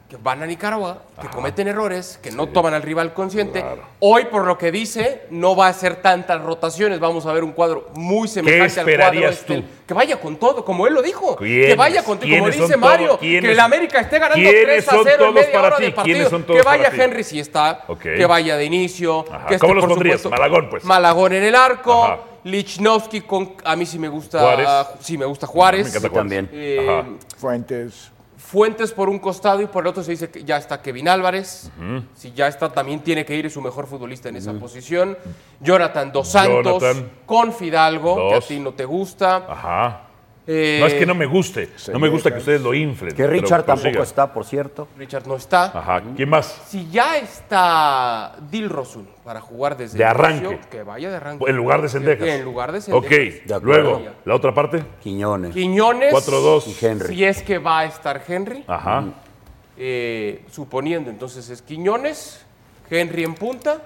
Que van a Nicaragua, que cometen errores, que no toman al rival consciente.
Claro.
Hoy, por lo que dice, no va a ser tantas rotaciones. Vamos a ver un cuadro muy semejante al cuadro
esperarías
este.
tú?
Que vaya con todo, como él lo dijo. Que
¿Quiénes?
vaya con todo, como
¿Quiénes son
dice Mario.
todos? ¿Quiénes?
Que el América esté ganando
¿Quiénes
3 a
son
0 en
todos
media
para
hora
ti?
de partido.
¿Quiénes son todos
Que vaya
para ti?
Henry si está,
Ok.
que vaya de inicio.
Ajá.
Que esté,
¿Cómo los
por
pondrías?
supuesto,
Malagón, pues.
Malagón en el arco.
Ajá.
Lichnowsky con... A mí sí me gusta...
Juárez.
Sí, me gusta
Me
Juárez.
encanta Juárez.
también.
Eh,
Ajá.
Fuentes.
Fuentes por un costado y por el otro se dice que ya está Kevin Álvarez. Si ya está, también tiene que ir es su mejor futbolista en esa posición. Jonathan Dos Santos
Jonathan.
con Fidalgo, que a
Dos.
ti no te gusta.
Ajá.
Eh,
No es que no me guste. No me gusta que ustedes lo inflen.
Que
pero
Richard tampoco
prosiga.
está, por cierto.
Richard no está.
Ajá. ¿Quién más?
Si ya está Dil Rosun para jugar desde
De
el
arranque.
inicio, que vaya de arranque.
En lugar de Sendejas.
En lugar de Sendejas.
Ok.
acuerdo.
Luego, la otra parte.
Quiñones.
Quiñones.
4-2.
Y Henry.
Si es que va a estar Henry,
Ajá.
eh, suponiendo entonces es Quiñones, Henry en punta.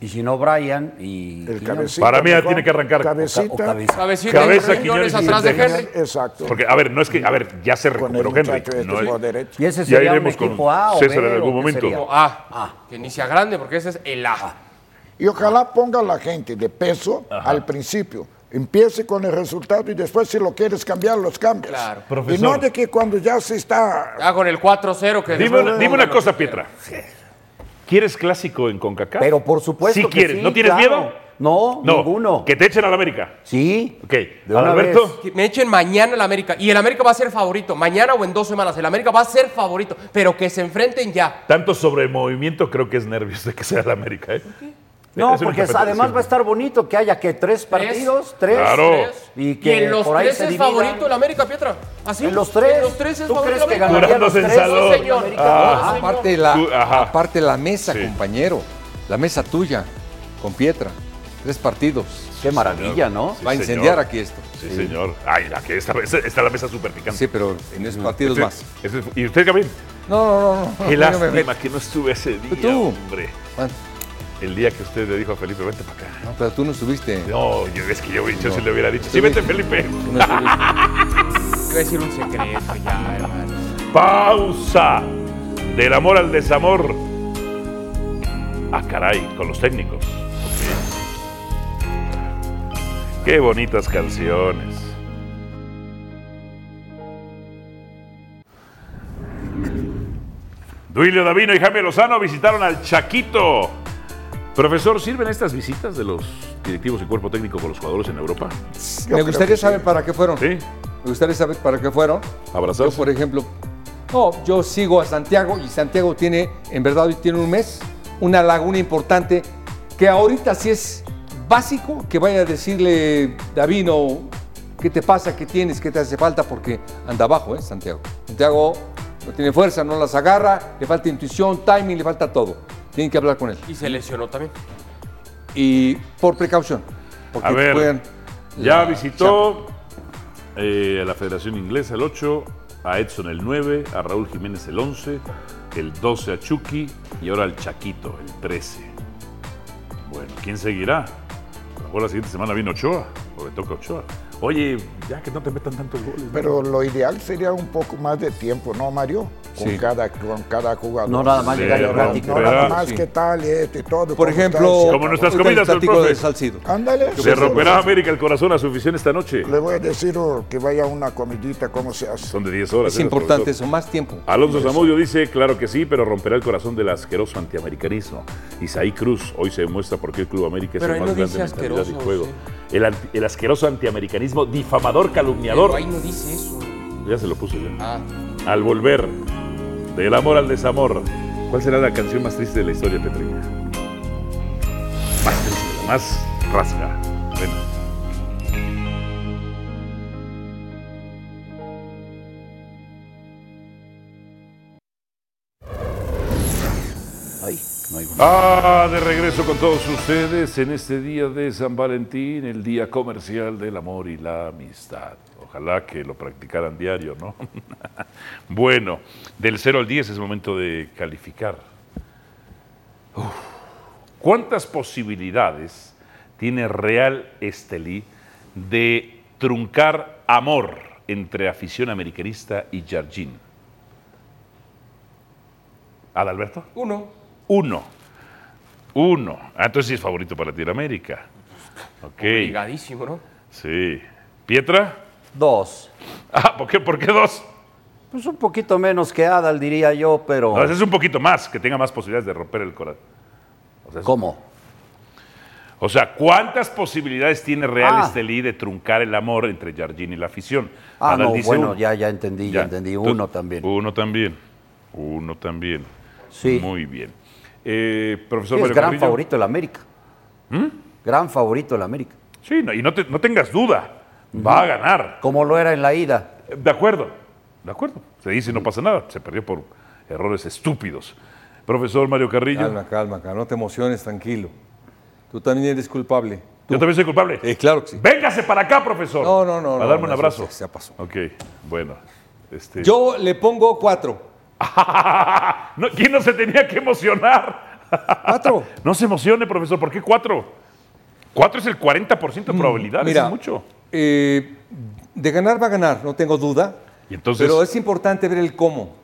Y si no, Brian y.
El
Quiñones.
cabecita.
Para mí ya
mejor.
tiene que arrancar.
Ca- o
Cabecita.
cabeza.
Cabecita,
Cabeza,
y Quiñones
Quiñones y
atrás de
Quiñones.
Henry.
Exacto.
Porque, a ver, no es que. A ver, ya se
Con el
recuperó Henry.
muchacho este
no es-
por derecho.
Y ese
Ya
sería un
iremos con
equipo A o
César
B,
en algún
¿o qué
momento. Ah.
sería?
No, A, ah, que inicia grande porque ese es el A.
Y ojalá ponga la gente de peso al principio. Empiece con el resultado y después si lo quieres cambiar, los cambias.
Claro.
Y no de que cuando ya se está...
Ah, con el 4-0 que
Dime
después
una,
le
dime
pongan
una
lo
cosa,
que
Pietra. ¿Quieres clásico en CONCACAF?
Pero por supuesto.
Si
que
quieres,
sí,
¿no tienes
claro.
miedo?
No, ninguno.
Que te echen a la América.
Sí.
Ok.
De una
Alberto.
vez.
quieran. Que Me echen mañana el América. Y el América va a ser favorito. Mañana o en dos semanas. El América va a ser favorito. Pero que se enfrenten ya.
Tanto sobre movimiento, creo que es nervios de que sea el América. ¿eh?
No,
Es una
porque es- además va a estar bonito que haya que tres partidos, tres.
Claro.
Tres.
Y que
en los
por ahí
tres
se
es
dividan.
favorito el América, Pietra. Así.
En los tres.
En los tres es
¿Tú
favorito
crees
el
que
América.
ganaría
Curándose
los tres?
en salón.
Sí, señor.
Ah.
Ah,
Aparte la,
Tú, ajá.
aparte la mesa,
Sí.
compañero. La mesa tuya, con Pietra. Tres partidos.
Qué maravilla, ¿no?
Va a
señor.
incendiar aquí este. esto.
Sí, señor. Ay, la que está, está- está la mesa súper picante.
Sí, pero en esos partidos más.
Ese- ¿Y usted, Gabriel?
No, no, no. no
Qué
no me
lástima
meto.
que no estuve ese día,
Tú.
hombre.
Bueno,
El día que usted le dijo a Felipe, vente para acá.
no, pero tú no estuviste.
No, yo, es que yo, yo sí le hubiera dicho, sí, vente, Felipe.
Tú no estuviste.
Te voy a decir un secreto ya, hermano.
Pausa. Del amor al desamor. Ah, caray, con los técnicos. Ok. Qué bonitas canciones. Duilio Davino y Jaime Lozano visitaron al Chaquito. Profesor, ¿sirven estas visitas de los directivos y cuerpo técnico con los jugadores en Europa?
Yo
Me
creo
gustaría
que sí.
saber para qué fueron.
Sí.
Me gustaría saber para qué fueron. Yo,
Abrazarse.
por ejemplo, no, yo sigo a Santiago y Santiago tiene, en verdad, hoy tiene un mes, una laguna importante que ahorita sí es básico que vaya a decirle, Davino, ¿qué te pasa? ¿Qué tienes? ¿Qué te hace falta? Porque anda abajo, ¿eh, Santiago? Santiago no tiene fuerza, no las agarra, le falta intuición, timing, le falta todo. Tienen que hablar con él.
Y se lesionó también.
Y por precaución. Porque
A ver,
juegan
Ya
la
visitó eh, a la Federación Inglesa el 8, a Edson el 9, a Raúl Jiménez el 11, el 12 a Chucky y ahora al Chaquito el 13. Bueno, ¿quién seguirá? A lo mejor la siguiente semana viene Ochoa, o le toca Ochoa. Oye, ya que no te metan tantos goles. ¿no?
Pero lo ideal sería un poco más de tiempo, ¿no, Mario? Con,
Sí.
cada, con cada jugador.
No nada más
Sí,
llegar y
no,
platicar.
No,
Pero-
nada más
Sí.
qué tal y esto y todo.
Por
¿cómo estás?
ejemplo,
Como nuestras
ahorita les
comidas del
platico
profe.
de Salcido.
Ándale.
¿Se romperá América el corazón a su afición esta noche?
Le voy a decir oh, que vaya a una comidita, cómo se hace.
Son de 10 horas.
Es
¿eh,
importante
profesor?
eso, más tiempo.
Alonso Zamudio dice, claro que sí, pero romperá el corazón del asqueroso antiamericanismo. Isaí Cruz, hoy se demuestra por qué el Club América
Pero
es
ahí
el más
no
grande
dice
en mentalidad y
asqueroso,
juego.
sí.
El, anti- el asqueroso antiamericanismo, difamador,
Pero
calumniador.
ahí no dice eso.
Ya se lo puse yo.
Ah.
Al volver, del amor al desamor. ¿Cuál será la canción más triste de la historia, Petrina? Más triste, la más rasga. Ven.
Ay, no hay
Ah, de regreso con todos ustedes en este día de San Valentín, el día comercial del amor y la amistad. Ojalá que lo practicaran diario, ¿no? bueno, del 0 al 10 es momento de calificar. Uf. ¿Cuántas posibilidades tiene Real Estelí de truncar amor entre afición americanista y Jardín? ¿Adalberto?
Uno.
Uno. Uno. Ah, entonces sí es favorito para ti el América. Ok.
Ligadísimo, ¿no?
Sí. ¿Pietra?
Dos.
Ah, ¿por qué, por qué dos?
Pues un poquito menos que Adal, diría yo, pero.
No, ese es un poquito más, que tenga más posibilidades de romper el corazón.
¿Cómo?
O sea, ¿cuántas posibilidades tiene Real
Ah.
Estelí de truncar el amor entre Jardín y la afición?
Ah,
Adal
no,
dice
bueno,
uno.
ya, ya entendí, ya,
Ya.
entendí.
Entonces,
Uno también.
Uno también. Uno también.
Sí.
Muy bien. Eh,
Sí,
profesor
es
Mario
gran
Carrillo. ¿Mm?
favorito el América. Gran favorito el América.
Sí, no, y no, te- no tengas duda. Va a ganar.
Como lo era en la ida.
De acuerdo, de acuerdo. Se dice no pasa nada, se perdió por errores estúpidos. Profesor Mario Carrillo,
Calma, calma, calma, no te emociones, tranquilo. Tú también eres culpable.
yo también soy culpable.
Eh, claro que sí.
Véngase para acá, profesor.
No, no, no,
Para
no, no,
darme un
eso
abrazo.
se- se pasó.
Ok, bueno. Este...
Yo le pongo cuatro.
No, ¿Quién no se tenía que emocionar?
Cuatro.
No se emocione, profesor. ¿Por qué cuatro? Cuatro es el 40% de probabilidad.
Mm, Mira,
es mucho.
eh, de ganar va a ganar, no tengo duda.
Y entonces-
pero es importante ver el cómo.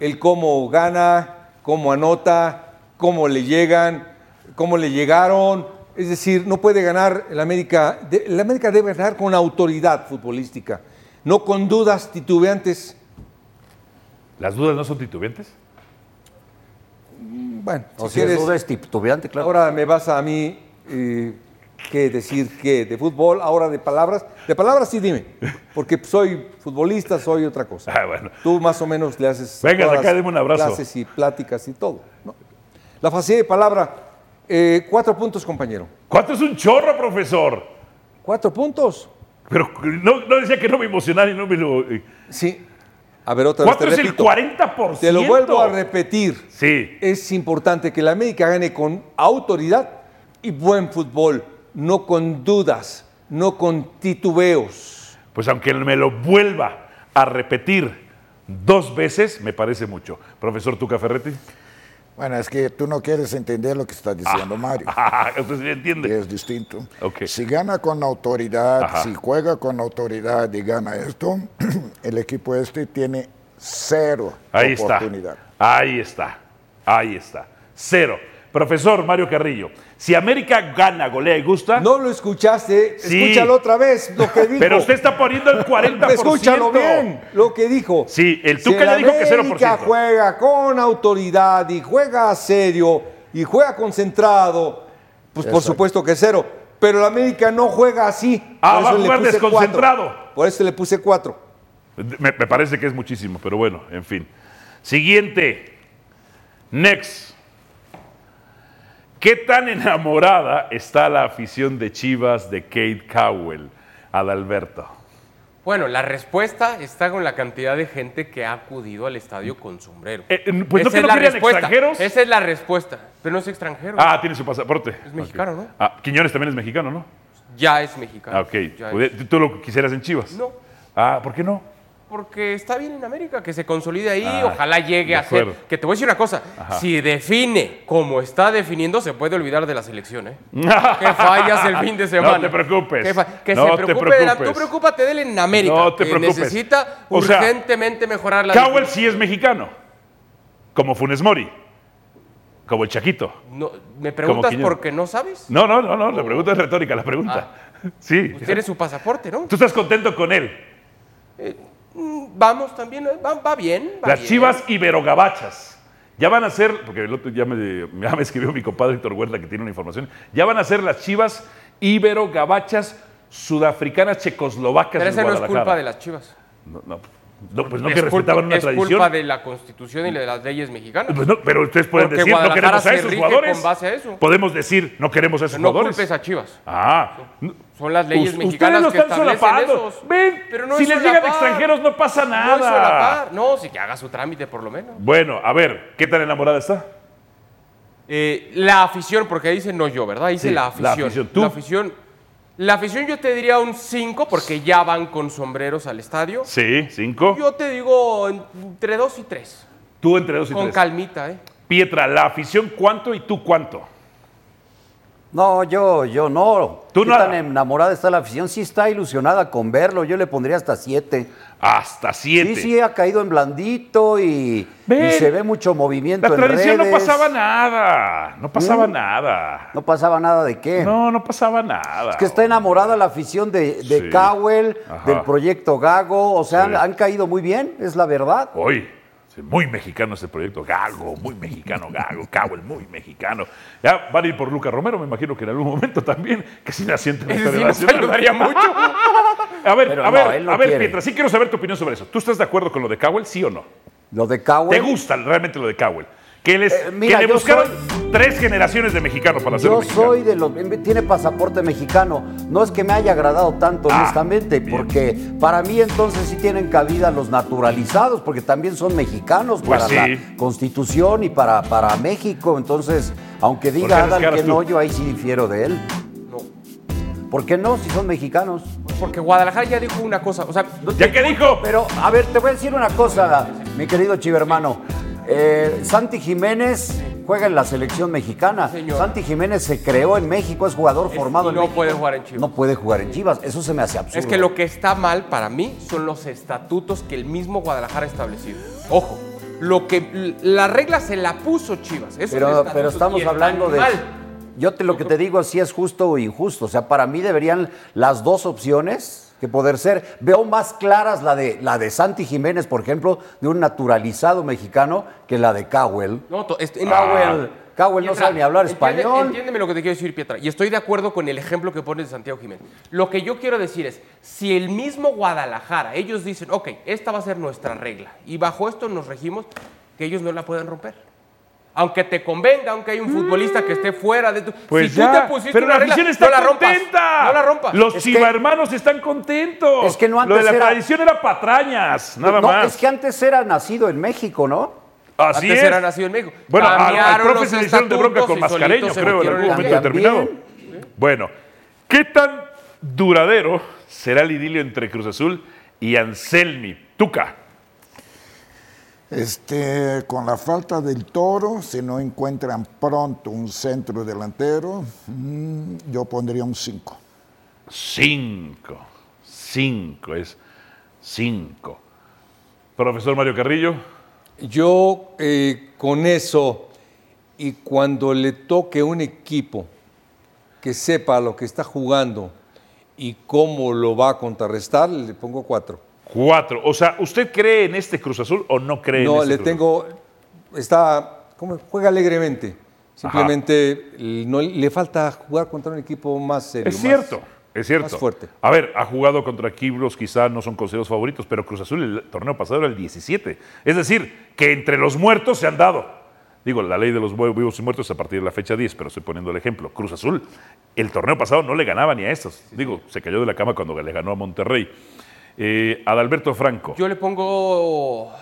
El cómo gana, cómo anota, cómo le llegan, cómo le llegaron. Es decir, no puede ganar el América. de- El América debe ganar con autoridad futbolística, no con dudas titubeantes.
¿Las dudas no son titubeantes?
Mm, Bueno,
O
si
sea,
quieres-
duda es titubeante, claro.
Ahora me vas a mí eh, qué decir qué, de fútbol, ahora de palabras. De palabras sí dime, porque soy futbolista, soy otra cosa.
Ah, bueno.
Tú más o menos le haces
Venga,
todas
de acá, deme un abrazo.
clases y pláticas y todo. ¿no? La facilidad de palabra, eh, cuatro puntos, compañero.
¿Cuatro es un chorro, profesor?
¿Cuatro puntos?
Pero no, no decía que no me emocionara y no me lo. eh,
Sí. A ver, otra
Cuatro
vez
es
te
el
repito.
40%.
Te lo vuelvo a repetir.
Sí.
Es importante que la América gane con autoridad y buen fútbol, no con dudas, no con titubeos.
Pues aunque me lo vuelva a repetir dos veces, me parece mucho. Profesor Tuca Ferretti.
Bueno, es que tú no quieres entender lo que está
Ah.
diciendo Mario.
Usted sí
que
entiende.
es distinto.
Ok.
Si gana con autoridad,
Ajá.
si juega con autoridad y gana esto, el equipo este tiene cero
Ahí está.
oportunidad.
Ahí está. Ahí está. Cero. Profesor Mario Carrillo, si América gana, golea y gusta.
No lo escuchaste,
Sí.
escúchalo otra vez lo que dijo.
Pero usted está poniendo el 40%.
Escúchalo bien lo que dijo.
Sí, el
Si
Tuca ya dijo que 0%.
América juega con autoridad y juega serio y juega concentrado, pues por supuesto que cero. Pero la América no juega así.
Ah,
Por
va a
eso le
jugar
puse
desconcentrado.
cuatro. Por eso le puse cuatro.
Me, me parece que es muchísimo, pero bueno, en fin. Siguiente. Next. ¿Qué tan enamorada está la afición de Chivas de Kate Cowell, Adalberto?
Bueno, la respuesta está con la cantidad de gente que ha acudido al estadio con sombrero.
Eh, eh, pues no
Esa
que
es
no
la
querían
respuesta.
extranjeros.
Esa es la respuesta, pero no es extranjero.
Ah, tiene su pasaporte.
Es mexicano,
Ok.
¿no?
Ah, Quiñones también es mexicano, ¿no?
Ya es
Ah,
mexicano.
ok.
Ya
Pues,
es.
¿Tú lo quisieras en Chivas?
No.
Ah, ¿por qué no?
Porque está bien en América, que se consolide ahí,
Ah,
ojalá
de
llegue a ser.
acuerdo.
Que te voy a decir una cosa, si define como está definiendo, se puede olvidar de la selección, ¿eh? que fallas el fin de semana.
No te preocupes.
Que, fa- que
No
se
te
preocupe de la-
preocupes.
Tú preocúpate de él en América.
No te
que
preocupes.
Necesita
O sea,
urgentemente mejorar la
Cowell sí es mexicano. Como Funes Mori. Como el Chaquito.
No, ¿Me preguntas
Quiñones.
porque no sabes?
No, no, no, no. La pregunta es retórica, la pregunta. Sí.
Pues tiene su pasaporte, ¿no?
Tú estás contento con él.
Mm, Vamos también, ¿eh? va, va bien. va
Las
bien.
chivas iberogabachas. Ya van a ser, porque el otro ya me, ya me escribió mi compadre Héctor Huerta que tiene una información. Ya van a ser las chivas iberogabachas sudafricanas checoslovacas.
Pero
de
esa no es culpa de
la...
las chivas.
No, no, no, pues no
es
que
culpa-
respetaban una
es
tradición.
culpa de la Constitución y de las leyes mexicanas.
Pues no, pero ustedes pueden
Porque
decir, no
Guadalajara
queremos a
se
esos
rige
jugadores. Pues,
con base a eso.
Podemos decir, no queremos a esos
no
jugadores.
culpes a chivas.
Ah, no.
Son las leyes
Us-
mexicanas
Ustedes
que
lo están
establecen
solapando.
esos.
Ven,
Pero no
si
es
les llegan
solapar.
extranjeros no
No
pasa
es
nada.
solapar. No, sí que haga su trámite por lo menos.
bueno, a ver, ¿qué tan enamorada está?
Eh, la afición, porque dice no yo, ¿verdad? Dice
Sí,
la
la
afición.
afición. ¿Tú?
La afición. La afición yo te diría un 5 porque ya van con sombreros al estadio.
Sí, cinco.
Yo te digo entre 2 y 3.
Tú entre dos y
Con
tres.
calmita, ¿eh?
Pietra, la afición cuánto y tú cuánto.
No, yo, yo no.
Tú
¿Qué
nada.
tan enamorada está la afición? Sí está ilusionada con verlo. Yo le pondría hasta siete.
Hasta siete.
Sí, sí, ha caído en blandito y,
Ven.
y se ve mucho movimiento
la
en
tradición no
redes.
pasaba nada. No pasaba
Mm.
nada.
No pasaba nada de qué.
No, no pasaba nada.
Es que está enamorada la afición de, de
Sí.
Cowell,
Ajá.
del proyecto Gago. O sea, han, han caído muy bien, es la verdad.
Hoy, sí, muy mexicano este proyecto. Gago, muy mexicano, Gago, Cowell, muy mexicano. Ya van a ir por Luca Romero, me imagino que en algún momento también, que si la sienten
Ese sí nos
ayudaría mucho. A ver,
Pero
a
no,
ver,
él no
a ver,
quiere.
Pietra, sí quiero saber tu opinión sobre eso. ¿Tú estás de acuerdo con lo de Cowell, sí o no?
Lo de Cowell.
¿Te gusta realmente lo de Cowell? Que, les,
Eh, mira,
que le
yo
buscaron tres generaciones de mexicanos para hacerlo
Yo
mexicano.
soy de los. em, Tiene pasaporte mexicano. No es que me haya agradado tanto,
Ah,
honestamente,
bien.
porque para mí entonces sí tienen cabida los naturalizados, porque también son mexicanos
Pues
para
sí.
la Constitución y para, para México. Entonces, aunque
qué
diga Adam
descaras
que
tú?
no, yo ahí sí difiero de él.
No.
¿Por qué no? Si son mexicanos.
Porque Guadalajara ya dijo una cosa. O sea, no
¿Ya
te-
qué dijo?
Pero, a ver, te voy a decir una cosa, mi querido chivermano. Eh, Santi Jiménez juega en la selección mexicana.
señor.
Santi Jiménez se creó en México, es jugador
Es-
formado
y
en
no
México.
puede jugar en Chivas.
No puede jugar en Chivas. Eso se me hace absurdo.
Es que lo que está mal para mí son los estatutos que el mismo Guadalajara ha establecido. Ojo, lo que la regla se la puso Chivas. esos
Pero,
estatutos,
pero
y
estamos
están
hablando de.
mal.
Yo te, lo que te digo sí es justo o injusto. O sea, para mí deberían las dos opciones que poder ser. Veo más claras la de, la de Santi Jiménez, por ejemplo, de un naturalizado mexicano, que la de Cowell.
No, to- este-
Cowell, Cowell no
Pietra,
sabe ni hablar
entiende-
español.
Entiéndeme lo que te quiero decir, Pietra. Y estoy de acuerdo con el ejemplo que pones de Santiago Jiménez. Lo que yo quiero decir es, si el mismo Guadalajara, ellos dicen, ok, esta va a ser nuestra regla, y bajo esto nos regimos, que ellos no la puedan romper. Aunque te convenga, aunque hay un futbolista que esté fuera de tu...
Pues
si
ya,
tú te pusiste
pero
una
la
regla,
afición está
no la rompas.
contenta.
No la rompas.
Los
Es que-
chivarmanos están contentos.
Es que no
Lo de
antes
la
era-
tradición era patrañas, nada
no,
más.
es que antes era nacido en México, ¿no?
Así
Antes
es.
era nacido en México.
Bueno, a- al
Cambiaron
profe
los
se le hicieron de bronca
estatutos
con
y solito
Mascareños,
se
creo, en algún
metieron
momento
también.
determinado. Bueno, ¿qué tan duradero será el idilio entre Cruz Azul y Anselmi? Tuca.
Este, con la falta del toro, si no encuentran pronto un centro delantero, mm, yo pondría un 5.
Cinco. Cinco es cinco. Profesor Mario Carrillo.
Yo eh, con eso, y cuando le toque un equipo que sepa lo que está jugando y cómo lo va a contrarrestar, le pongo cuatro.
Cuatro. O sea, ¿usted cree en este Cruz Azul o no cree en
No,
este
le
Cruz
tengo. Está. ¿cómo? Juega alegremente. Simplemente l- no, le falta jugar contra un equipo más serio.
Es
más-
cierto, es cierto.
más fuerte.
A ver, ha jugado contra Kibros, quizá no son considerados favoritos, pero Cruz Azul el torneo pasado era el 17. Es decir, que entre los muertos se han dado. Digo, la ley de los vu- vivos y muertos es a partir de la fecha 10, pero estoy poniendo el ejemplo. Cruz Azul, el torneo pasado no le ganaba ni a estos. Digo, se cayó de la cama cuando le ganó a Monterrey. Eh, Adalberto Franco.
Yo le pongo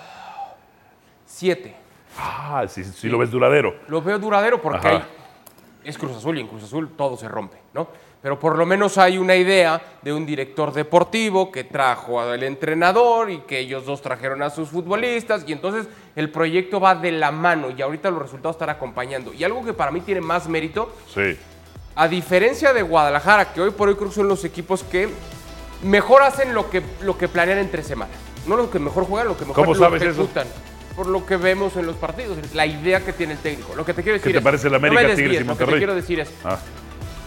siete.
ah, si lo ves duradero.
Lo veo duradero porque
Ajá.
hay- es Cruz Azul y en Cruz Azul todo se rompe, ¿no? Pero por lo menos hay una idea de un director deportivo que trajo al entrenador y que ellos dos trajeron a sus futbolistas y entonces el proyecto va de la mano y ahorita los resultados están acompañando. Y algo que para mí tiene más mérito
Sí.
a diferencia de Guadalajara, que hoy por hoy creo que son los equipos que mejor hacen lo que, lo que planean entre semana. No lo que mejor juegan, lo que mejor
¿Cómo
lo
sabes eso?
ejecutan. Por lo que vemos en los partidos, la idea que tiene el técnico. Lo que te quiero decir
te
es-
parece el
no me
América, Tigres y
desvíes, Lo que te
Monterrey?
quiero decir es,
Ah,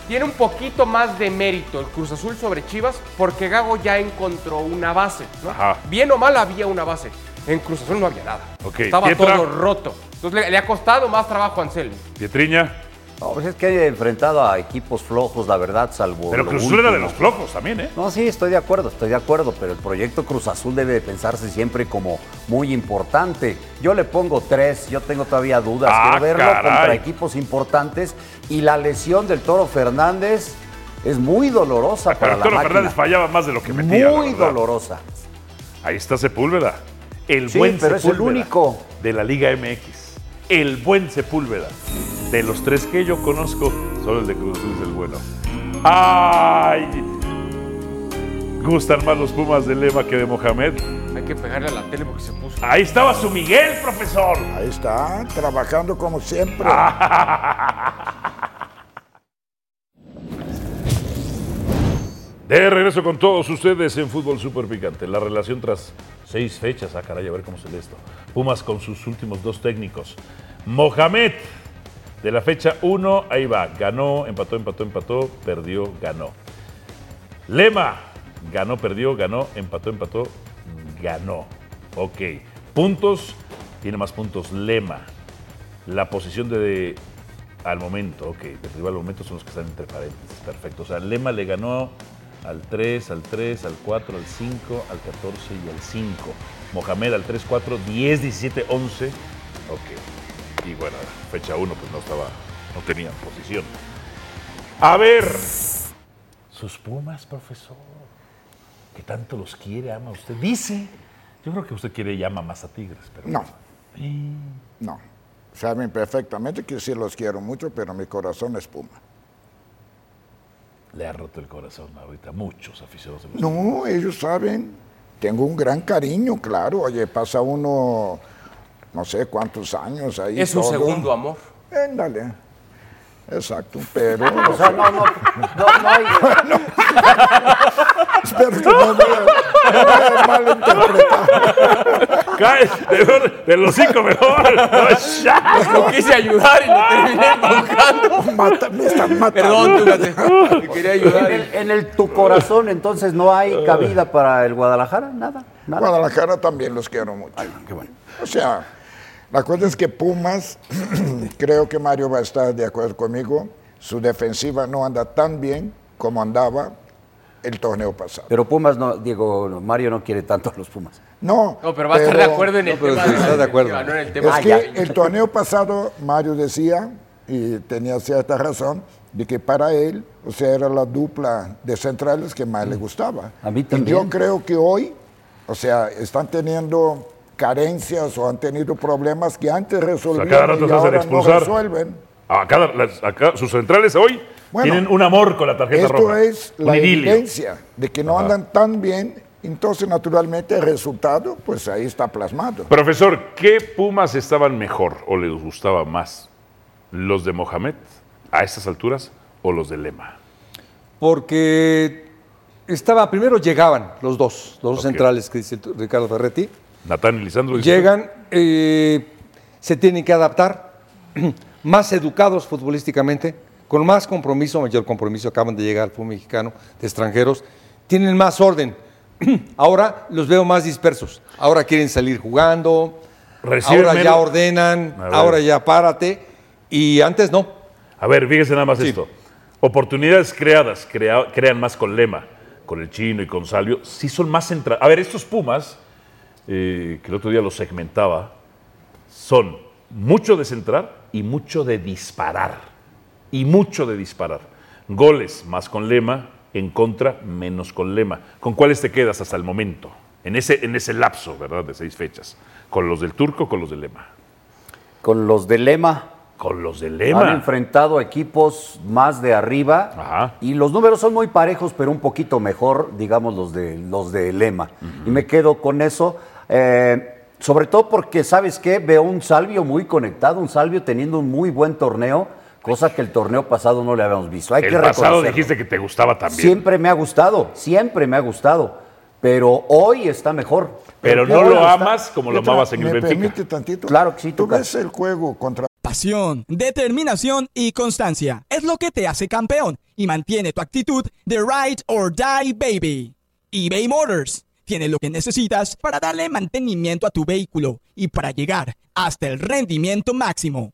tiene un poquito más de mérito el Cruz Azul sobre Chivas porque Gago ya encontró una base. ¿no?
Ajá.
Bien o mal había una base. En Cruz Azul no había nada.
Ok,
Estaba
Pietra.
todo roto. Entonces le, le ha costado más trabajo a Anselmo.
Pietriña.
No, pues es que he enfrentado a equipos flojos, la verdad, salvo.
Pero
lo
Cruz Azul era de
último.
los flojos también, ¿eh?
No, sí, estoy de acuerdo, estoy de acuerdo, pero el proyecto Cruz Azul debe de pensarse siempre como muy importante. Yo le pongo tres, yo tengo todavía dudas.
Ah,
Quiero verlo
caray.
contra equipos importantes y la lesión del Toro Fernández es muy dolorosa para
Ah, Pero
la
Toro
máquina.
Fernández fallaba más de lo que metía. la
muy
verdad.
dolorosa.
Ahí está Sepúlveda. El
Sí,
buen
pero es el
Sepúlveda
único.
De la Liga MX. El buen Sepúlveda. De los tres que yo conozco, solo el de Cruz Azul es el bueno. ¡Ay! Gustan más los Pumas de Lema que de Mohamed.
Hay que pegarle a la tele porque se puso.
Ahí estaba su Miguel, profesor.
Ahí está, trabajando como siempre.
Ah. De regreso con todos ustedes en Fútbol Super Picante. La relación tras seis fechas. Ah, caray, a ver cómo se lee esto. Pumas con sus últimos dos técnicos. Mohamed, de la fecha 1, ahí va. Ganó, empató, empató, empató, perdió, ganó. Lema, ganó, perdió, ganó, empató, empató, ganó. Ok. Puntos, tiene más puntos Lema. La posición de, de- al momento, ok, del rival al momento son los que están entre paréntesis, perfecto. O sea, Lema le ganó al 3, al 3, al 4, al 5, al 14 y al 5. Mohamed al 3, 4, 10, 17, 11. Ok. Y bueno, fecha 1 pues no estaba, no tenía posición. A ver, sus Pumas, profesor, que tanto los quiere, ama usted. Dice, yo creo que usted quiere y ama más a Tigres, pero...
No. No. Saben perfectamente que sí los quiero mucho, pero mi corazón es Puma.
Le ha roto el corazón ahorita a muchos aficionados. de los-
No, ellos saben. Tengo un gran cariño, claro. Oye, pasa uno, no sé cuántos años ahí.
Es un
todo.
segundo amor.
Ándale. Exacto, pero.
O sea, no, no, no, no hay.
Espero que eh, no me, no me haya malinterpretado.
Cae de, ver- de los cinco mejor. No, ya.
Lo quise ayudar y lo terminé embaucando.
Mata- me están matando.
Perdón, Túcate. Te quería ayudar.
En
y-
el, en el tu corazón, entonces no hay cabida para el Guadalajara, nada, nada.
Guadalajara también los quiero mucho. O sea, la cosa es que Pumas, creo que Mario va a estar de acuerdo conmigo, su defensiva no anda tan bien como andaba el torneo pasado.
Pero Pumas no, digo, Mario no quiere tanto a los Pumas.
No,
No, pero va a estar de acuerdo en el
No, pero
tema.
sí,
la
está de acuerdo.
directiva, No en el tema.
Es
Ah,
que
ya.
el torneo pasado Mario decía, y tenía cierta razón, de que para él, o sea, era la dupla de centrales que más le
Mm.
gustaba.
Ah,
A mí
Y
también.
yo creo que hoy, o sea, están teniendo carencias o han tenido problemas que antes resolvían
cada rato
y
se hacen
ahora no
expulsar.
resuelven.
Acá, las- acá sus centrales hoy
Bueno,
tienen un amor con la tarjeta
Esto
roja.
es
Un
la
idilio.
evidencia de que no andan tan bien, entonces naturalmente el resultado, pues ahí está plasmado.
Profesor, ¿qué Pumas estaban mejor o les gustaba más? ¿Los de Mohamed a estas alturas o los de Lema?
Porque estaba, primero llegaban los dos, los dos
Ok.
centrales que dice tu- Ricardo Ferretti.
Natán y Lisandro. dice
Llegan, eh, se tienen que adaptar, más educados futbolísticamente, con más compromiso, mayor compromiso, acaban de llegar al fútbol mexicano, de extranjeros, tienen más orden. Ahora los veo más dispersos, ahora quieren salir jugando,
Reciben
ahora ya
menos-
ordenan,
A ver.
ahora ya párate, y antes no.
usted. A ver, fíjese nada más esto. Oportunidades creadas, crea- crean más con Lema, con el chino y con Salvio. Sí son más centrales. A ver, estos Pumas, eh, que el otro día los segmentaba, son mucho de centrar y mucho de disparar. y mucho de disparar. Goles más con lema, en contra menos con lema. ¿Con cuáles te quedas hasta el momento? En ese, en ese lapso, ¿verdad? De seis fechas. ¿Con los del turco o con los del lema?
Con los de Lema,
Con los del
han
lema.
enfrentado a equipos más de arriba
Ajá.
y los números son muy parejos, pero un poquito mejor, digamos, los de, los de Lema. Y me quedo con eso, eh, sobre todo porque, ¿sabes qué? Veo un Salvio muy conectado, un Salvio teniendo un muy buen torneo, cosa que el torneo pasado no le habíamos visto. Hay
El
que
pasado
reconocerlo.
dijiste que te gustaba también.
Siempre me ha gustado, siempre me ha gustado, pero hoy está mejor.
Pero
Yo
no lo
ahora-
amas como lo
Pietra,
amabas en el
¿me
Benfica.
permite tantito?
Claro que sí,
Tú
Tuca.
ves el juego contra
Pasión, determinación y constancia es lo que te hace campeón y mantiene tu actitud de ride or die baby. eBay Motors tiene lo que necesitas para darle mantenimiento a tu vehículo y para llegar hasta el rendimiento máximo.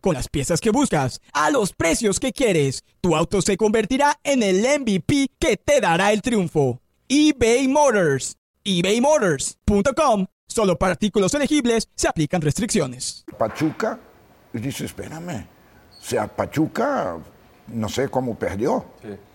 Con las piezas que buscas, a los precios que quieres, tu auto se convertirá en el MVP que te dará el triunfo. eBay Motors. ebaymotors.com. Solo para artículos elegibles se aplican restricciones.
Pachuca y dice, espérame, o sea, Pachuca no sé cómo perdió,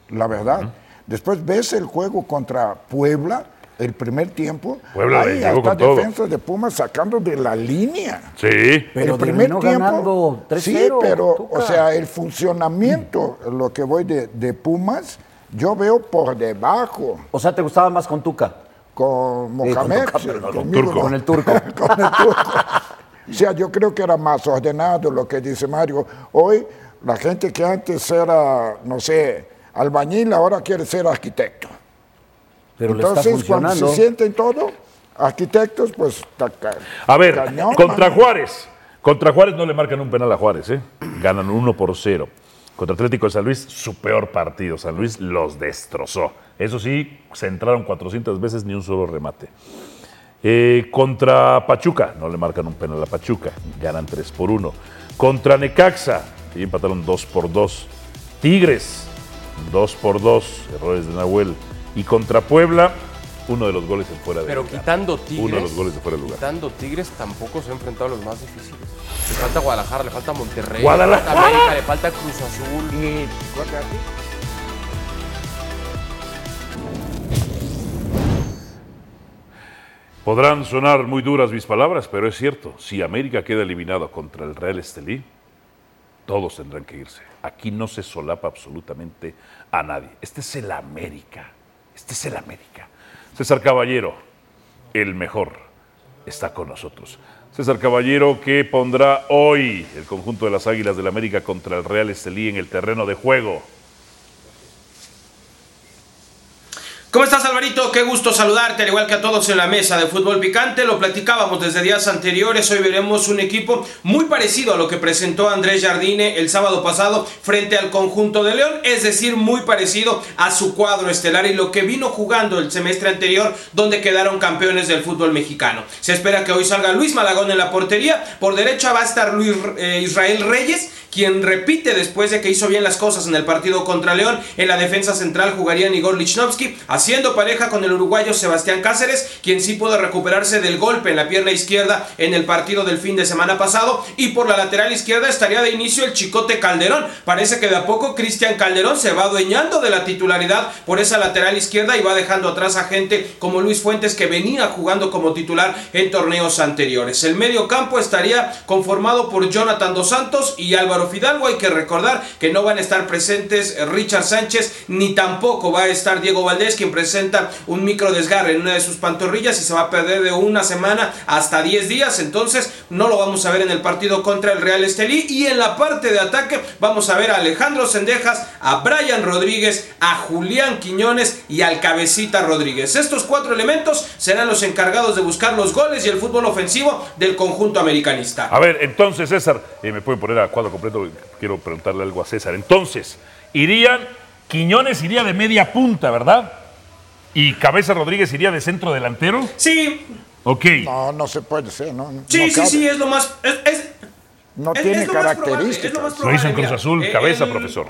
la verdad. Después ves el juego contra Puebla, el primer tiempo,
Puebla le
hay
llegó
hasta
con todo.
defensa de Pumas sacando de la línea.
Sí.
Pero
el primer
terminó
tiempo,
ganando
sí,
3-0,
pero, o
Tuca.
sea, el funcionamiento, lo que voy de, de Pumas, yo veo por debajo
O sea, ¿te gustaba más con Tuca?
con Mohamed,
Tuca,
sí,
perdón, con
conmigo
Turco.
no.
Con el turco.
con el turco. O sea, yo creo que era más ordenado lo que dice Mario. Hoy, la gente que antes era, no sé, albañil, ahora quiere ser arquitecto.
Pero le está
Entonces, cuando se
funcionando.
sienten todo, arquitectos, pues... ta- ca-
A ver,
cañón,
contra
mano.
Juárez. Contra Juárez no le marcan un penal a Juárez, ¿eh? Ganan 1 por 0. Contra Atlético de San Luis, su peor partido. San Luis los destrozó. Eso sí, se entraron 400 veces, ni un solo remate. Eh, contra Pachuca, no le marcan un penal a Pachuca. Ganan 3 por 1. Contra Necaxa, y empataron 2 por 2. Tigres, 2 por 2. Errores de Nahuel. Y contra Puebla, uno de los goles en fuera de
Pero
lugar.
quitando Tigres.
Uno de los goles de fuera de lugar.
Quitando Tigres tampoco se ha enfrentado a los más difíciles. Le falta Guadalajara, le falta Monterrey,
Guadalajara.
le falta América, le falta Cruz Azul.
Podrán sonar muy duras mis palabras, pero es cierto. Si América queda eliminado contra el Real Estelí, todos tendrán que irse. Aquí no se solapa absolutamente a nadie. Este es el América. Este es el América. César Caballero, el mejor, está con nosotros. César Caballero, que pondrá hoy el conjunto de las Águilas del América contra el Real Estelí en el terreno de juego?
¿Cómo estás, Alvarito? Qué gusto saludarte, al igual que a todos en la mesa de fútbol picante. Lo platicábamos desde días anteriores. Hoy veremos un equipo muy parecido a lo que presentó Andrés Jardine el sábado pasado frente al conjunto de León, es decir, muy parecido a su cuadro estelar y lo que vino jugando el semestre anterior, donde quedaron campeones del fútbol mexicano. Se espera que hoy salga Luis Malagón en la portería. Por derecha va a estar Luis eh, Israel Reyes, quien repite después de que hizo bien las cosas en el partido contra León. En la defensa central jugarían Igor Lichnowsky, haciendo pareja con el uruguayo Sebastián Cáceres, quien sí pudo recuperarse del golpe en la pierna izquierda en el partido del fin de semana pasado. Y por la lateral izquierda estaría de inicio el Chicote Calderón. Parece que de a poco Cristian Calderón se va adueñando de la titularidad por esa lateral izquierda y va dejando atrás a gente como Luis Fuentes que venía jugando como titular en torneos anteriores. El medio campo estaría conformado por Jonathan Dos Santos y Álvaro Fidalgo. Hay que recordar que no van a estar presentes Richard Sánchez ni tampoco va a estar Diego Valdés, quien presenta un micro desgarre en una de sus pantorrillas y se va a perder de una semana hasta 10 días. Entonces no lo vamos a ver en el partido contra el Real Estelí. Y en la parte de ataque vamos a ver a Alejandro Sendejas, a Brian Rodríguez, a Julián Quiñones y al Cabecita Rodríguez. Estos cuatro elementos serán los encargados de buscar los goles y el fútbol ofensivo del conjunto americanista.
A ver, entonces, César, eh, me pueden poner a cuadro completo, quiero preguntarle algo a César. Entonces, irían, Quiñones iría de media punta, ¿verdad? Y Cabeza Rodríguez iría de centro delantero.
Sí,
Ok.
No, no se puede ser, no. no
sí, sí,
cabe.
sí, es lo más... es- es-
No
es-
tiene
es lo más probable, es lo más
características.
Lo hizo en
probable,
Cruz
mira.
Azul,
Eh,
cabeza,
el-
profesor.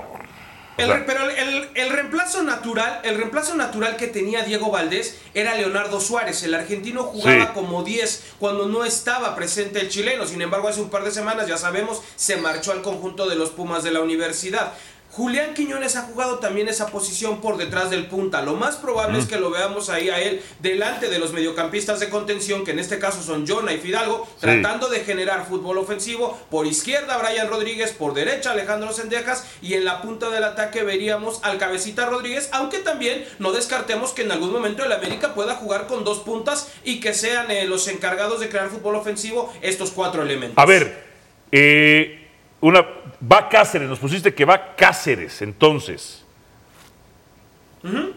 El
sea-
re- pero el, el- el reemplazo natural, el reemplazo natural que tenía Diego Valdés era Leonardo Suárez. El argentino jugaba
Sí.
como 10 cuando no estaba presente el chileno. Sin embargo, hace un par de semanas, ya sabemos, se marchó al conjunto de los Pumas de la universidad. Julián Quiñones ha jugado también esa posición por detrás del punta. Lo más probable es que lo veamos ahí a él delante de los mediocampistas de contención, que en este caso son Jonah y Fidalgo, tratando de generar fútbol ofensivo. Por izquierda, Brian Rodríguez, por derecha, Alejandro Sendejas, y en la punta del ataque veríamos al Cabecita Rodríguez, aunque también no descartemos que en algún momento el América pueda jugar con dos puntas y que sean eh, los encargados de crear fútbol ofensivo estos cuatro elementos.
A ver, eh, una, va Cáceres, nos pusiste que va Cáceres, entonces.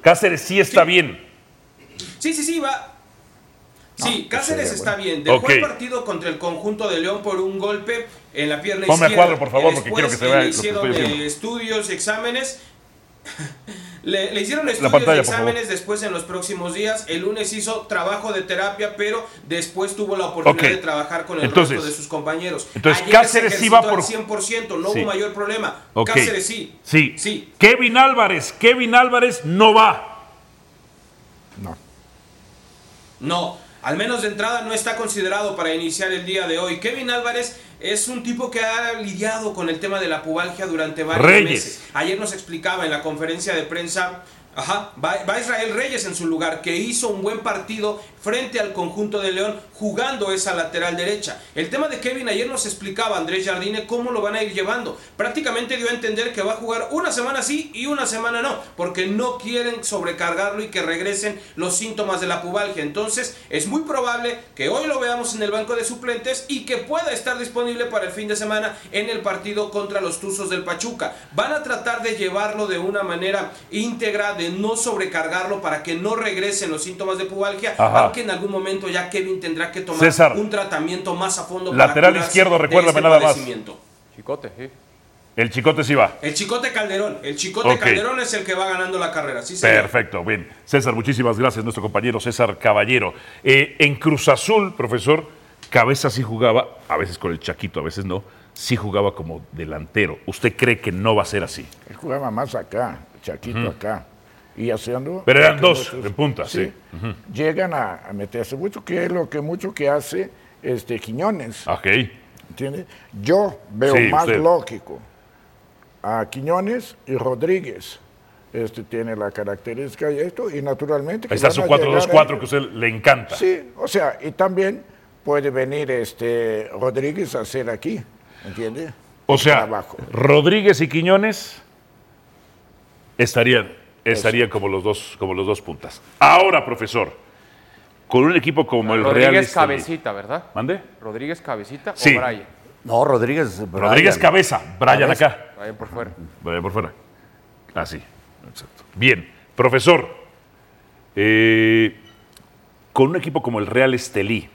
Cáceres sí está bien.
Sí, sí, sí, va. Sí, Cáceres está bien.
bueno.
Dejó el
Ok.
partido contra el conjunto de León por un golpe en la pierna
Ponme a
izquierda.
cuadro, por favor, porque
Después
quiero que se vea
Le
lo que estoy
hicieron eh,
haciendo.
estudios, exámenes. Le, le hicieron estudios
pantalla,
y
por favor.
exámenes después en los próximos días. El lunes hizo trabajo de terapia, pero después tuvo la oportunidad
Ok.
de trabajar con el
Entonces-
resto de sus compañeros.
entonces
se
Cáceres sí va
ejercitó
por-
al 100%, no
Sí.
hubo mayor problema.
Ok.
Cáceres sí.
Sí.
Sí.
Kevin Álvarez, Kevin Álvarez no va.
No.
No, al menos de entrada no está considerado para iniciar el día de hoy. Kevin Álvarez es un tipo que ha lidiado con el tema de la pubalgia durante varios
Reyes.
meses. Ayer nos explicaba en la conferencia de prensa. Ajá, va va Israel Reyes en su lugar, que hizo un buen partido frente al conjunto de León jugando esa lateral derecha. El tema de Kevin ayer nos explicaba Andrés Jardine cómo lo van a ir llevando. Prácticamente dio a entender que va a jugar una semana sí y una semana no, porque no quieren sobrecargarlo y que regresen los síntomas de la pubalgia. Entonces es muy probable que hoy lo veamos en el banco de suplentes y que pueda estar disponible para el fin de semana en el partido contra los Tuzos del Pachuca. Van a tratar de llevarlo de una manera íntegra, de no sobrecargarlo para que no regresen los síntomas de pubalgia,
Ajá.
aunque en algún momento ya Kevin tendrá que tomar
César.
un tratamiento más a fondo.
Lateral
curarse
izquierdo,
de
recuérdame
este
nada más.
padecimiento.
Chicote, sí.
El chicote sí va.
El Chicote Calderón, el Chicote
Ok.
Calderón es el que va ganando la carrera, sí señor.
Perfecto, bien. César, muchísimas gracias, nuestro compañero César Caballero. Eh, en Cruz Azul, profesor, Cabeza sí jugaba, a veces con el Chaquito, a veces no, sí jugaba como delantero. ¿Usted cree que no va a ser así?
Él jugaba más acá, Chaquito acá. y haciendo...
Pero eran
aquellos
dos
otros-
de punta, sí.
Llegan a, a meterse mucho, que es lo que mucho que hace este Quiñones.
Ok.
¿Entiendes? Yo veo
Ah. Sí,
más
usted.
lógico a Quiñones y Rodríguez. Este tiene la característica y esto, y naturalmente. que
Ahí está
van
su
a
4-2-4
llegar a-
que a usted le encanta.
Sí, o sea, y también puede venir este Rodríguez a hacer aquí, ¿entiendes?
O sea,
Trabajo.
Rodríguez y Quiñones estarían, estarían como, los dos, como los dos puntas. Ahora, profesor, con un equipo como el Real...
Rodríguez
Estelí-
Cabecita, ¿verdad?
¿Mande?
Rodríguez Cabecita
Sí.
o Brian.
No, Rodríguez.
Rodríguez
Brian.
Cabeza, Brian acá.
Brian por fuera.
Brian por fuera. Así, exacto. Bien, profesor, eh, con un equipo como el Real Estelí,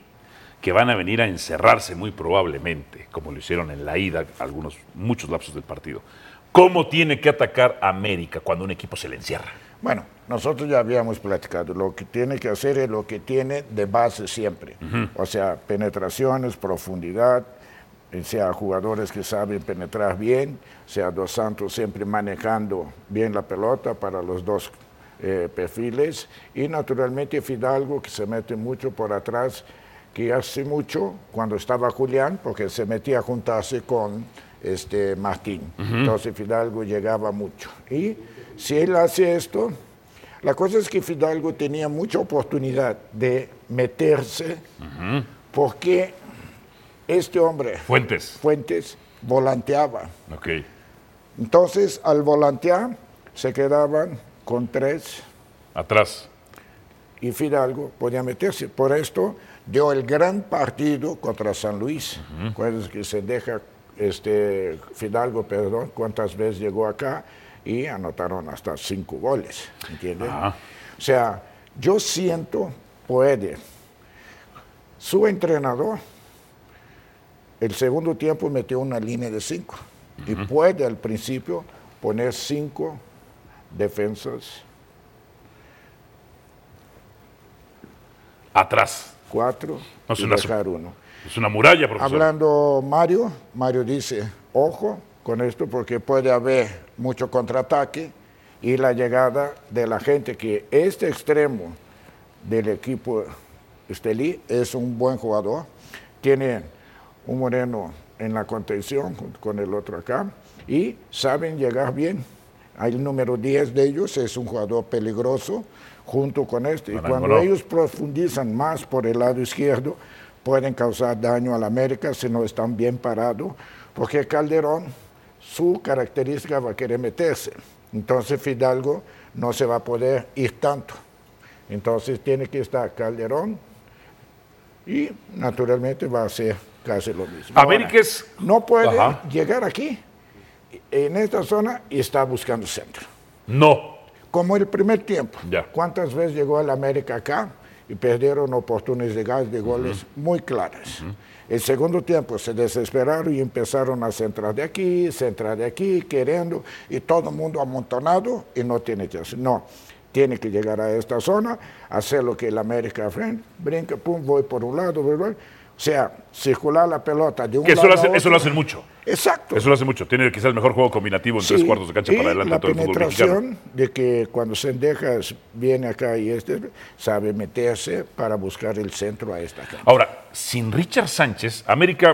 que van a venir a encerrarse muy probablemente, como lo hicieron en la ida, algunos, muchos lapsos del partido. ¿Cómo tiene que atacar América cuando un equipo se le encierra?
Bueno, nosotros ya habíamos platicado, lo que tiene que hacer es lo que tiene de base siempre, o sea, penetraciones, profundidad, o eh, sea, jugadores que saben penetrar bien, o sea, Dos Santos siempre manejando bien la pelota para los dos eh, perfiles, y naturalmente Fidalgo que se mete mucho por atrás, que hace mucho cuando estaba Julián, porque se metía a juntarse con este Martín. Entonces Fidalgo llegaba mucho. Y si él hace esto, la cosa es que Fidalgo tenía mucha oportunidad de meterse, porque este hombre,
Fuentes.
Fuentes, volanteaba.
Ok.
Entonces, al volantear, se quedaban con tres
Atrás.
y Fidalgo podía meterse. Por esto dio el gran partido contra San Luis. Acuérdense que se deja este, Fidalgo, perdón, cuántas veces llegó acá y anotaron hasta cinco goles. ¿Entiendes? O sea, yo siento, puede. Su entrenador, el segundo tiempo metió una línea de cinco y puede al principio poner cinco defensas,
Atrás.
cuatro
No, es
y
una su-
dejar uno.
Es una muralla, profesor.
Hablando Mario, Mario dice, ojo con esto porque puede haber mucho contraataque y la llegada de la gente que este extremo del equipo Estelí es un buen jugador. Tiene un moreno en la contención con- con el otro acá y saben llegar bien. El número 10 de ellos es un jugador peligroso junto con este. Y cuando
Arangoró.
ellos profundizan más por el lado izquierdo, pueden causar daño al América si no están bien parados, porque Calderón, su característica va a querer meterse. Entonces Fidalgo no se va a poder ir tanto. Entonces tiene que estar Calderón y naturalmente va a ser casi lo mismo.
América
Ahora,
es-
No puede
Ajá.
llegar aquí, en esta zona, y está buscando centro
No.
como el primer tiempo.
Ya.
¿Cuántas veces llegó el América acá y perdieron oportunidades de goles muy claras? El segundo tiempo se desesperaron y empezaron a centrar de aquí, centrar de aquí, queriendo, y todo el mundo amontonado y no tiene chance. No, tiene que llegar a esta zona, hacer lo que el América hace, brinca, pum, voy por un lado, bla, bla. o sea, circular la pelota de un
Que eso,
lado
lo
a
hacen, eso
otro.
lo hacen mucho.
Exacto.
Eso lo hacen mucho. Tiene quizás el mejor juego combinativo en
Sí,
tres cuartos de cancha
y
para adelante
la
en todo el fútbol mexicano.
penetración de que cuando Sendejas viene acá y este sabe meterse para buscar el centro a esta cancha.
Ahora, sin Richard Sánchez, América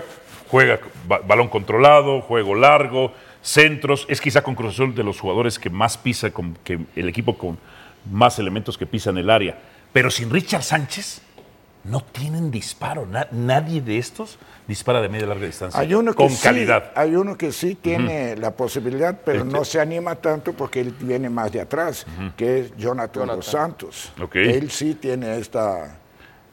juega ba- balón controlado, juego largo, centros. Es quizá con Cruz Azul de los jugadores que más pisa, con, que el equipo con más elementos que pisan el área. Pero sin Richard Sánchez, no tienen disparo. Na- nadie de estos dispara de media larga distancia.
Hay uno que
con
sí,
calidad. Este.
hay uno que sí tiene la posibilidad, pero no se anima tanto porque él viene más de atrás, que es Jonathan, Dos Santos.
Ok.
Él sí tiene esta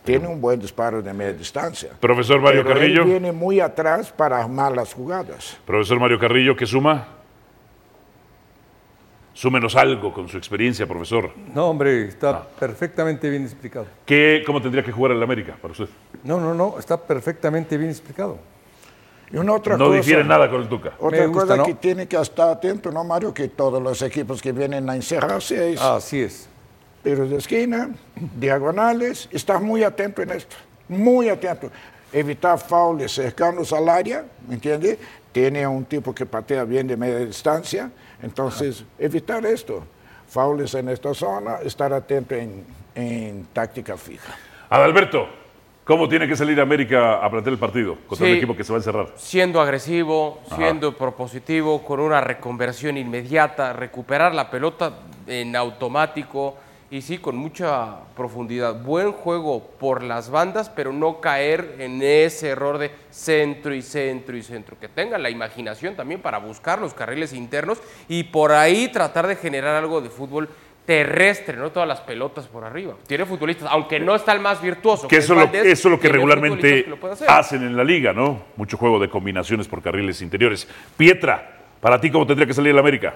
tiene un buen disparo de media distancia.
Profesor Mario
pero él
Carrillo.
viene muy atrás para armar las jugadas.
Profesor Mario Carrillo, ¿qué suma? Súmenos algo con su experiencia, profesor. Ah.
No, hombre, está perfectamente bien explicado.
¿Qué, ¿Cómo tendría que jugar el América para usted?
No, no, no, está perfectamente bien explicado.
Y una otra
no
cosa.
difiere nada con el Tuca.
Otra
Me gusta,
cosa
¿no?
que tiene que estar atento, ¿no, Mario? Que todos los equipos que vienen a encerrarse es
Así es.
tiros de esquina, diagonales. Está muy atento en esto, muy atento. Evitar faules cercanos al área, ¿me entiende? Tiene un tipo que patea bien de media distancia. Entonces, evitar esto. faules en esta zona, estar atento en, en táctica fija.
Adalberto, ¿cómo tiene que salir América a plantear el partido contra
Sí.
un equipo que se va a encerrar?
siendo agresivo, siendo propositivo, con una reconversión inmediata, recuperar la pelota en automático y sí, con mucha profundidad. Buen juego por las bandas, pero no caer en ese error de centro y centro y centro. Que tengan la imaginación también para buscar los carriles internos y por ahí tratar de generar algo de fútbol terrestre, no todas las pelotas por arriba. Tiene futbolistas, aunque no está el más virtuoso.
Que
es
eso, es lo,
Valdés,
eso es lo que
tiene
regularmente
futbolistas que lo pueden hacer.
hacen en la liga, ¿no? Mucho juego de combinaciones por carriles interiores. Pietra, para ti, ¿cómo tendría que salir el América?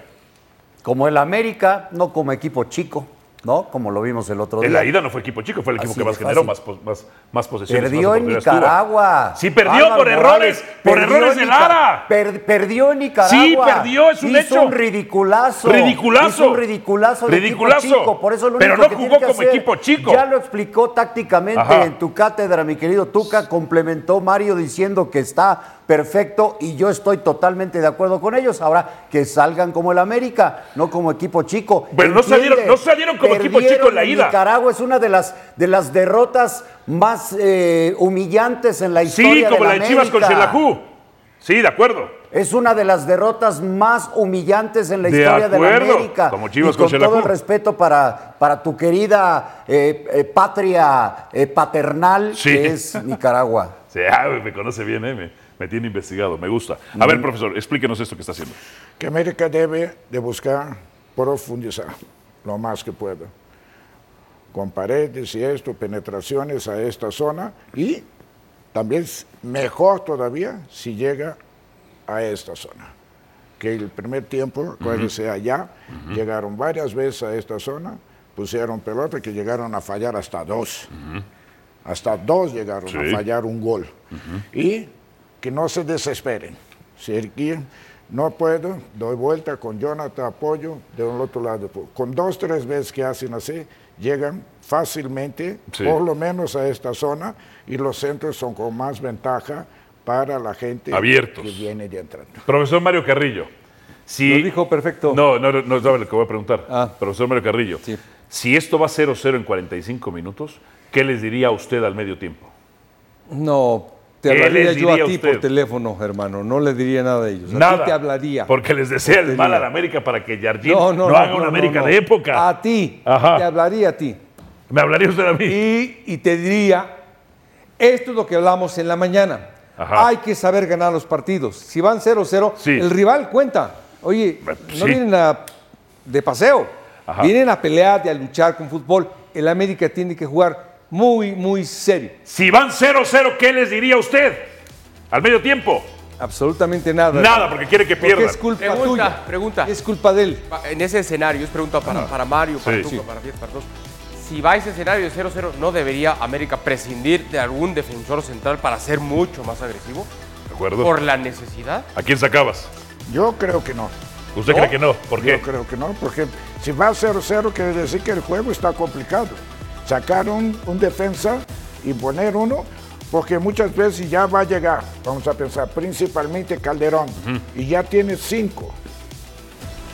Como el América, no como equipo chico, ¿no? Como lo vimos el otro día.
En la ida no fue equipo chico, fue el equipo
Así
que
de
más generó,
fácil.
más, pos- más, más posesiones.
Perdió
más
en
oportunidades tuvo.
Nicaragua.
Sí, perdió
Álvaro
por errores,
Morales,
por
perdió
errores
en
de
Nica-
Lara.
per- perdió en Nicaragua.
Sí, perdió, es un
Hizo
hecho.
un ridiculazo.
Ridiculazo.
Hizo un ridiculazo. de equipo
Ridiculazo.
chico, Por eso lo
Pero
único
no
que
jugó
tiene que
como
hacer-
equipo chico.
Ya lo explicó tácticamente
Ajá.
en tu cátedra, mi querido Tuca. Complementó Mario diciendo que está perfecto y yo estoy totalmente de acuerdo con ellos. Ahora que salgan como el América, no como equipo chico.
Pero no salieron-
¿Entiende?
no salieron como equipo
Perdieron
chico en la ida.
Nicaragua es una de las, de las derrotas más eh, humillantes en la historia.
Sí, como la
del
de Chivas con
América.
Xelajú. Sí, de acuerdo.
Es una de las derrotas más humillantes en la
De
historia de la
acuerdo,
América.
como Chivas
y
con
con todo
Xelajú.
el respeto para, para tu querida eh, eh, patria eh, paternal,
Sí.
que es Nicaragua.
Sí, ah, me conoce bien, ¿eh? me, me tiene investigado, me gusta. A ver, profesor, explíquenos esto que está haciendo.
que América debe de buscar profundizar lo más que pueda, con paredes y esto, penetraciones a esta zona y también s- mejor todavía si llega a esta zona. Que el primer tiempo, acuérdense allá, llegaron varias veces a esta zona, pusieron pelota que llegaron a fallar hasta dos. Hasta dos llegaron
Sí.
a fallar un gol. Y que no se desesperen. Si el que no puedo, doy vuelta con Jonathan, apoyo de un otro lado. Con dos, tres veces que hacen así, llegan fácilmente,
Sí.
por lo menos a esta zona, y los centros son con más ventaja para la gente
Abiertos.
que viene de entrando.
Profesor Mario Carrillo. Si,
Lo dijo perfecto.
No, no, no, no sabe lo que voy a preguntar.
Ah.
Profesor Mario Carrillo,
Sí.
si esto va 0-0 en 45 minutos, ¿qué les diría a usted al medio tiempo?
No, te
¿Qué
hablaría
Eh, les
yo a
diría
ti
usted?
por teléfono, hermano. No le diría nada de ellos. A ti te hablaría.
Porque les desea el
Te
mal a la
diría.
América para que Jardín no, haga una América
no.
de época.
A ti.
Ajá.
Te hablaría a ti.
¿Me hablaría usted a mí?
Y, y te diría, esto es lo que hablamos en la mañana.
Ajá.
Hay que saber ganar los partidos. Si van 0-0,
Sí.
el rival cuenta. Oye,
Eh, sí.
no vienen a- de paseo.
Ajá.
Vienen a pelear y a luchar con fútbol. El América tiene que jugar muy, muy serio.
Si van 0-0, ¿qué les diría usted al medio tiempo?
Absolutamente nada.
Nada, porque quiere que pierdan.
Porque es culpa
Pregunta,
tuya.
pregunta.
Es culpa de él. Mm.
Pa- En ese escenario, es pregunta para, para Mario, para
Sí.
Tuca,
Sí.
para Fiat, para todos. Si va a ese escenario de 0-0, ¿no debería América prescindir de algún defensor central para ser mucho más agresivo?
¿De acuerdo?
¿Por la necesidad?
¿A quién sacabas?
Yo creo que no.
¿Usted cree que no? ¿Por qué?
Yo creo que no, porque si va 0-0 quiere decir que el juego está complicado. Sacar un, un defensa y poner uno, porque muchas veces ya va a llegar, vamos a pensar, principalmente Calderón, y ya tiene cinco.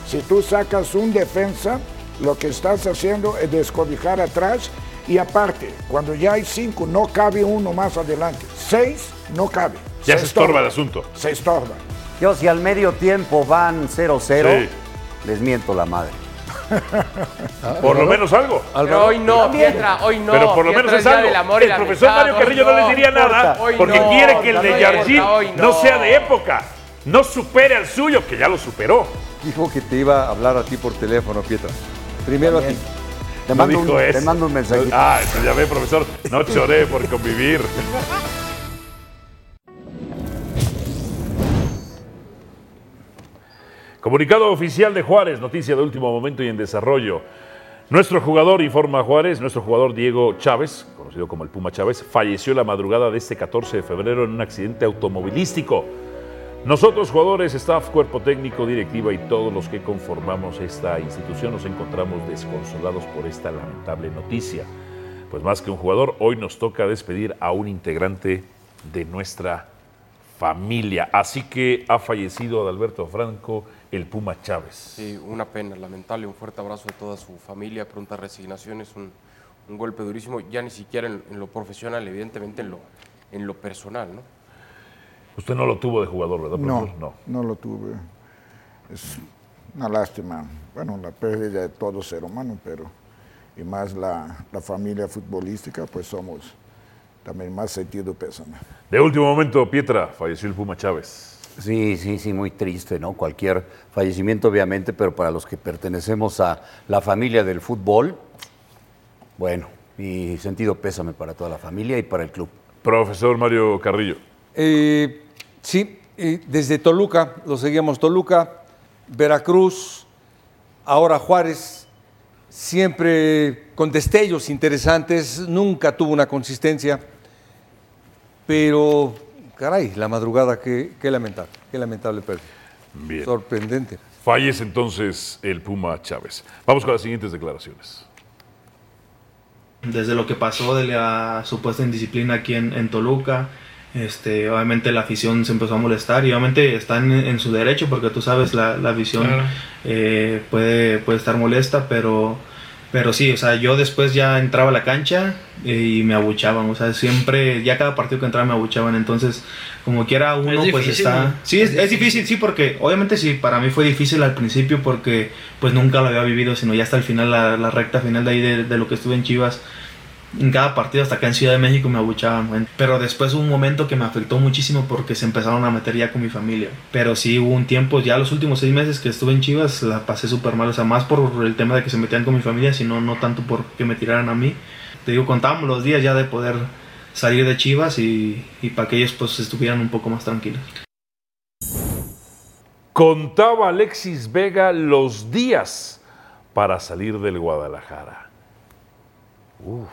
Si tú sacas un defensa, lo que estás haciendo es descobijar atrás y aparte, cuando ya hay cinco, no cabe uno más adelante. Seis, no cabe.
Ya se estorba el asunto.
Se estorba.
Yo, si al medio tiempo van 0-0,
Sí.
les miento la madre.
Ah,
Por lo menos algo.
Pero hoy no, Pietra, hoy no.
Pero por lo menos
Pietra,
es
ya
algo.
del amor y
el
la
profesor
amistad,
Mario
hoy
Carrillo no, les diría nada
Hoy
porque
no,
quiere que el
ya
de
no
Yargin
importa, hoy
no sea de época, no supere al suyo, que ya lo superó.
Dijo que te iba a hablar a ti por teléfono, Pietra. Primero a ti.
Te
No
mando,
dijo
un, te
eso.
mando un mensajito.
Ah, eso ya ve, profesor. No choré por convivir. Comunicado oficial de Juárez, noticia de último momento y en desarrollo. Nuestro jugador, informa Juárez, nuestro jugador Diego Chávez, conocido como el Puma Chávez, falleció la madrugada de este 14 de febrero en un accidente automovilístico. Nosotros, jugadores, staff, cuerpo técnico, directiva y todos los que conformamos esta institución nos encontramos desconsolados por esta lamentable noticia. Pues más que un jugador, hoy nos toca despedir a un integrante de nuestra familia. Así que ha fallecido Adalberto Franco el Puma Chávez.
Sí, una pena, lamentable. Un fuerte abrazo a toda su familia, pronta resignación. Es un, un golpe durísimo, ya ni siquiera en, en lo profesional, evidentemente en lo, en lo personal, ¿no?
Usted no lo tuvo de jugador, ¿verdad?
No,
profesor?
no, lo tuve. Es una lástima. Bueno, la pérdida de todo ser humano, pero. Y más la, la familia futbolística, pues somos también más sentido personal.
De último momento, Pietra, falleció el Puma Chávez.
Sí, sí, sí, muy triste, ¿no? Cualquier fallecimiento, obviamente, pero para los que pertenecemos a la familia del fútbol, bueno, y sentido pésame para toda la familia y para el club.
Profesor Mario Carrillo.
Eh, sí, eh, desde Toluca, lo seguíamos Toluca, Veracruz, ahora Juárez, siempre con destellos interesantes, nunca tuvo una consistencia, pero caray, la madrugada, qué, qué lamentable, qué lamentable pérdida.
Bien.
Sorprendente.
Fallece entonces el Puma Chávez. Vamos con las siguientes declaraciones.
desde lo que pasó de la supuesta indisciplina aquí en, en Toluca. Este, obviamente la afición se empezó a molestar y obviamente están en, en su derecho porque tú sabes la, la afición
Claro.
eh, puede, puede estar molesta, pero, pero sí, o sea, yo después ya entraba a la cancha eh, y me abuchaban, o sea, siempre, ya cada partido que entraba me abuchaban, entonces como quiera uno
Es
pues
difícil,
está...
¿no?
Sí, es, es difícil, sí, porque obviamente sí, para mí fue difícil al principio porque pues nunca lo había vivido, sino ya hasta el final, la, la recta final de ahí de- de lo que estuve en Chivas en cada partido, hasta acá en Ciudad de México me abuchaban, güey. Pero después hubo un momento que me afectó muchísimo porque se empezaron a meter ya con mi familia. Pero sí hubo un tiempo, ya los últimos seis meses que estuve en Chivas, la pasé súper mal. O sea, más por el tema de que se metían con mi familia, sino no tanto porque me tiraran a mí. Te digo, contábamos los días ya de poder salir de Chivas y, y para que ellos pues estuvieran un poco más tranquilos.
Contaba Alexis Vega los días para salir del Guadalajara. Uf,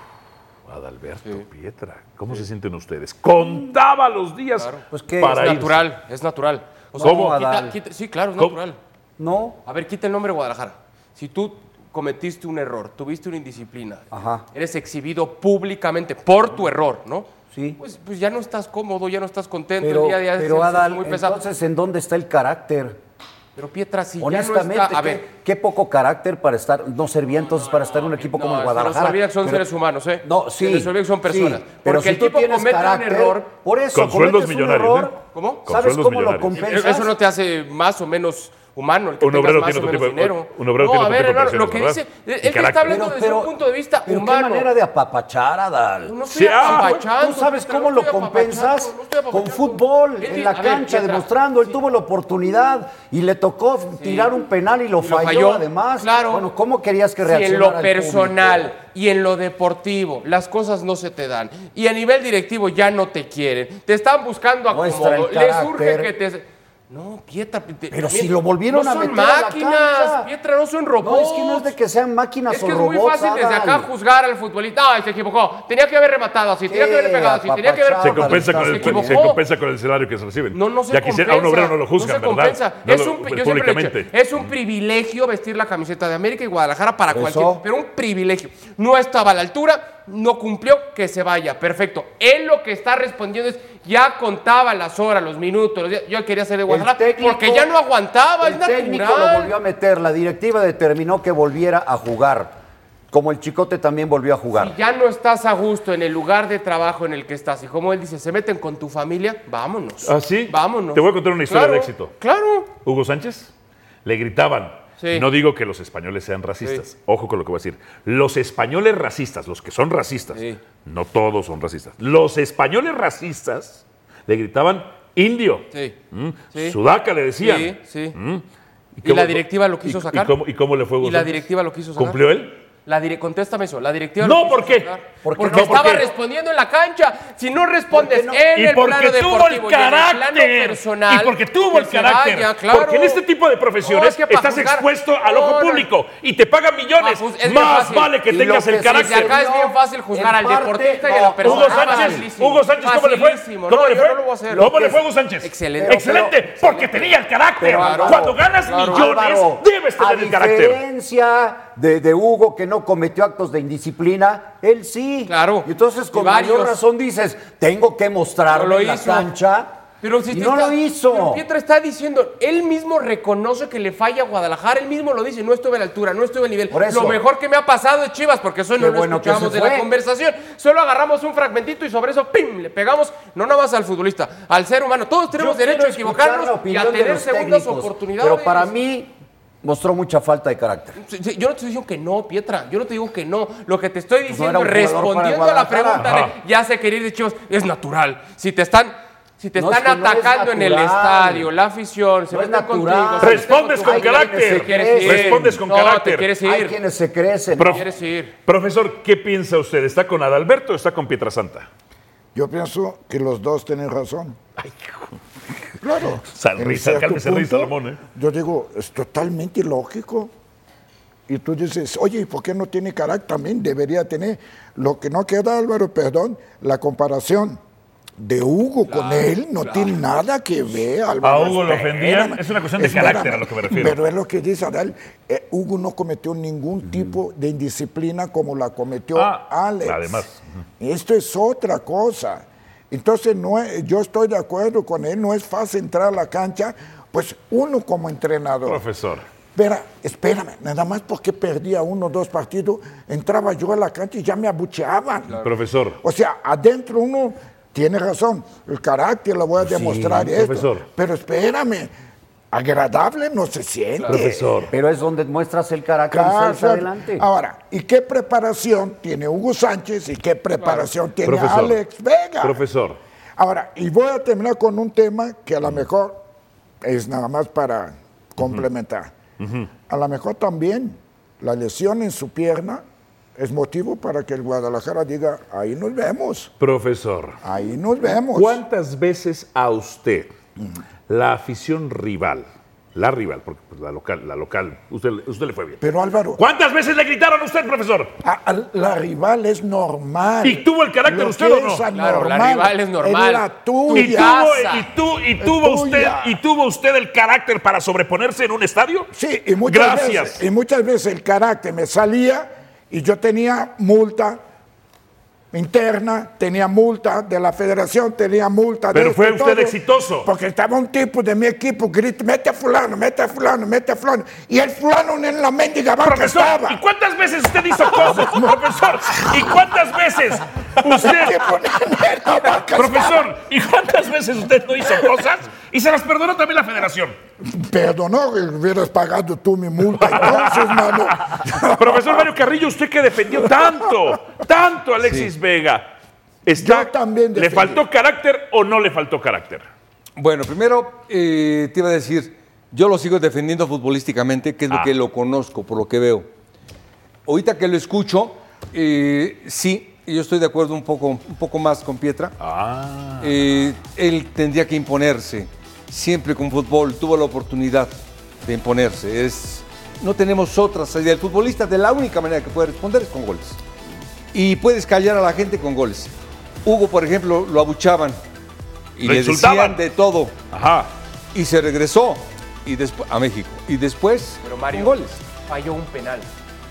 Adalberto,
Sí.
Pietra, ¿cómo se sienten ustedes? Contaba los días
Claro.
Pues que
para
es
irse.
natural, es natural. O
¿Cómo?
quita-
Adal.
quita- sí, claro, es
¿Cómo?
natural.
No,
A ver, quita el nombre Guadalajara. Si tú cometiste un error, tuviste una indisciplina,
Ajá.
eres exhibido públicamente por tu error, ¿no?
Sí.
Pues, pues ya no estás cómodo, ya no estás contento,
pero,
el día a día es-
pero
es
Adal,
muy pesado.
entonces, ¿en dónde está el carácter?
pero Pietra, si ya no está-
Honestamente,
a
qué-
ver,
qué, poco carácter para estar, no servía entonces para estar en un equipo como
No,
el
se nos
Guadalajara.
olvida que son
Pero-
seres humanos, ¿eh?
No, sí.
Se nos olvida que son
sí,
personas.
pero
Porque
si
el
tú
tipo
tienes
comete un
carácter,
error-
por eso,
Con sueldos
cometes un
millonarios,
error,
¿eh?
¿Cómo?
Con
¿Sabes
sueldos
cómo lo
millonarios.
compensas?
Eso no te hace más o menos humano, el que
Un
tengas
obrero
más
tiene
o
otro
menos
tipo de-
dinero.
un obrero
no, a
tiene
ver,
otro tipo de
Herrero, lo que dice,
personas, ¿verdad?
él
Y
él está
carácter.
hablando desde un punto de vista
pero
humano.
qué manera de apapachar, Adal.
No estoy
Sí, ah, bueno,
apapachando,
¿Tú sabes
Pietra,
cómo
no
lo
estoy
compensas?
apapachando, no estoy
Con
apapachando.
fútbol,
Es
en
que,
la
a ver,
cancha,
Pietra,
demostrando. Él
sí,
tuvo la oportunidad y le tocó tirar un penal y lo
y
falló, además.
Claro.
Bueno, ¿cómo querías que
Si
reaccionara
en lo
el
personal
público?
y en lo deportivo las cosas no se te dan. Y a nivel directivo ya no te quieren. Te están buscando
Muestra
acomodo.
el
Les
carácter.
urge que te... No, Pietra... te-
Pero
también-
si lo volvieron
no
a
son
meter a la
máquinas,
cancha.
Pietra, no son
No,
robots.
es que no es de que sean máquinas
Es
o
que es
robots.
muy fácil desde
Adal.
acá juzgar al futbolista. Ay, se equivocó. Tenía que haber rematado así, tenía que haber pegado así, tenía que haber...
Se compensa, con
Se
el,
equivocó.
se compensa con el salario que se reciben.
No, no se
ya
compensa.
quisiera- a un obrero no lo juzgan,
no se
¿verdad?
compensa.
No
es
lo-
un, pri- yo siempre lo he dicho,
públicamente.
es un privilegio vestir la camiseta de América y Guadalajara para
Por
cualquier...
eso.
Pero un privilegio. No estaba a la altura, no cumplió, que se vaya. Perfecto. Él lo que está respondiendo es, ya contaba las horas, los minutos, los días. Yo quería ser de Guadalajara
técnico-
porque ya no aguantaba, es
El técnico
natural.
lo volvió a meter, la directiva determinó que volviera a jugar. Como el Chicote también volvió a jugar.
Si ya no estás a gusto en el lugar de trabajo en el que estás, y como él dice, se meten con tu familia, vámonos.
¿Ah, sí?
Vámonos.
Te voy a contar una historia de
Claro,
éxito.
Claro.
Hugo Sánchez le gritaban.
Sí.
No digo que los españoles sean racistas. Ojo con lo que voy a decir. Los españoles racistas, los que son racistas,
Sí.
no todos son racistas. Los españoles racistas le gritaban indio.
Sí.
¿Mm?
Sí.
Sudaca le decían.
Sí, sí.
¿Mm?
¿Y la directiva lo quiso
y-
sacar?
¿Y cómo, y cómo le fue Hugo
¿Y la
Sánchez?
directiva lo quiso sacar?
¿Cumplió él?
La dire- Contéstame eso, la directiva...
No,
lo quiso
¿por qué?
sacar.
¿Por qué
porque
no? ¿Por
estaba
qué?
respondiendo en la cancha. Si no respondes en
y
el
porque
plano
tuvo el
deportivo y en el plano
carácter.
personal...
y porque tuvo
que
el
se
carácter.
vaya, claro.
Porque en este tipo de profesiones
No, es que para
estás
juzgar-
expuesto al
No,
ojo
no, no.
público y te pagan millones.
Ah, pues, es bien
Más
fácil.
vale que
Y
tengas
lo
el
que se
Desde
carácter.
acá es bien fácil
En
juzgar al
parte,
deportista y a
no.
la persona.
Hugo
Ah,
Sánchez,
Facilísimo.
Hugo Sánchez, ¿cómo le fue?
Facilísimo.
¿Cómo
No,
le
yo
fue?
no lo voy a hacer.
¿Cómo le fue a Hugo Sánchez?
Excelente.
Excelente,
pero-
porque tenía el carácter.
Pero Álvaro,
Cuando ganas
claro,
millones,
Álvaro,
debes tener el
A
carácter.
diferencia de, de Hugo, que no cometió actos de indisciplina, él sí.
Claro.
Y entonces,
Y
con
varios.
mayor razón dices, tengo que
Pero
mostrarlo
lo
en la
hizo.
cancha
Pero si
Y
te
no lo hizo.
Pero Pietra está diciendo, él mismo reconoce que le falla a Guadalajara, él mismo lo dice, no estuve a la altura, no estuve al nivel.
Por eso.
Lo mejor que me ha pasado es Chivas, porque eso
Qué
no lo
bueno que
escuchamos
se
de la
fue.
conversación. Solo agarramos un fragmentito y sobre eso, ¡pim! Le pegamos, no nada más al futbolista, al ser humano. Todos tenemos
Yo
derecho
quiero
a
escuchar
equivocarnos
la
y a
opinión de
tener
los
segundas
técnicos,
oportunidades.
Pero para mí mostró mucha falta de carácter.
Sí, sí, Yo no te estoy diciendo que no, Pietra. Yo no te digo que no. Lo que te estoy
no era
diciendo,
un jugador para
respondiendo a la
Guadalajara.
pregunta
Ajá.
de ya sé querer de Chivas, es natural. Si te están, si te
No,
están
es que no es
atacando en el
natural.
estadio, la afición, se
No es
meten
natural.
contigo. se meten
Respondes
tu-
con
Ay, ya
carácter.
te quieres ir.
Respondes con
No,
carácter.
te quieres
Hay
ir.
quienes se crecen.
Prof.
quieres ir.
Profesor, ¿qué piensa usted? ¿Está con Adalberto o está con Pietrasanta?
Yo pienso que los dos tienen razón. Claro.
Sonrisa,
En cierto
cálmese, risa,
punto,
Ramón, ¿eh?
Yo digo, es totalmente lógico. Y tú dices, oye, ¿y por qué no tiene carácter? También debería tener. Lo que no queda, Álvaro, perdón, la comparación de Hugo con él no tiene nada que ver. Álvaro.
A Hugo lo ofendían.
Espérame,
Es una cuestión de carácter a lo que me refiero.
Pero es lo que dice Adal. eh, Hugo no cometió ningún tipo de indisciplina como la cometió
Ah,
Alex.
además.
Esto es otra cosa. Entonces, no es- yo estoy de acuerdo con él, no es fácil entrar a la cancha, pues uno como entrenador.
Profesor.
Espera, espérame, nada más porque perdía uno o dos partidos, entraba yo a la cancha y ya me abucheaban.
Profesor.
O sea, adentro uno tiene razón, el carácter lo voy a demostrar esto.
profesor.
Pero espérame, agradable no se siente.
Profesor.
Pero es donde muestras el carácter y sales
Claro.
adelante.
Ahora, ¿y qué preparación tiene Hugo Sánchez y qué preparación tiene
Profesor.
Alex Vega?
Profesor.
Ahora, y voy a terminar con un tema que a lo mejor es nada más para complementar. A lo mejor también la lesión en su pierna es motivo para que el Guadalajara diga, ahí nos vemos,
Profesor.
ahí nos vemos.
¿Cuántas veces a usted la afición rival, la rival, porque pues, la local, la local, usted, usted le fue bien.
Pero Álvaro,
¿Cuántas veces le gritaron a usted, profesor?
a- a- la rival es normal.
¿Y tuvo el carácter
Lo
usted
que
o no?
es
Claro, la
anormal
rival es normal.
la
¿Y
tuya.
tuvo,
casa.
y, tu- y tuvo usted,
tuya.
¿Y tuvo usted el carácter para sobreponerse en un estadio?
Sí, y muchas,
Gracias.
Veces, y muchas veces el carácter me salía y yo tenía multa interna, tenía multa de la federación, tenía multa de
Pero
esto
fue
y
usted
todo,
exitoso.
Porque estaba un tipo de mi equipo, grita, mete a fulano, mete a fulano, mete a fulano. Y el fulano en la mendiga banca
Profesor,
estaba.
¿y cuántas veces usted hizo cosas? profesor, ¿y cuántas veces usted...
El tipo en la banca
Profesor, ¿y cuántas veces usted no hizo cosas? Y se las perdonó también la federación.
estaba. Perdonó que hubieras pagado tú mi multa entonces, mano.
Profesor Mario Carrillo, usted que defendió tanto, tanto a Alexis Vega. Está,
Yo también
¿Le
defendí.
faltó carácter o no le faltó carácter?
Bueno, primero eh, te iba a decir, yo lo sigo defendiendo futbolísticamente, que es
Ah.
lo que lo conozco, por lo que veo. Ahorita que lo escucho, eh, sí, yo estoy de acuerdo un poco, un poco más con Pietra.
Ah.
Eh, él tendría que imponerse. Siempre con fútbol tuvo la oportunidad de imponerse. Es, no tenemos otra salida. El futbolista de la única manera que puede responder es con goles y puedes callar a la gente con goles. Hugo, por ejemplo, lo abuchaban y
Lo
le
insultaban.
decían de todo
Ajá.
y se regresó y despu- a México y después
Pero Mario
con goles.
falló un penal.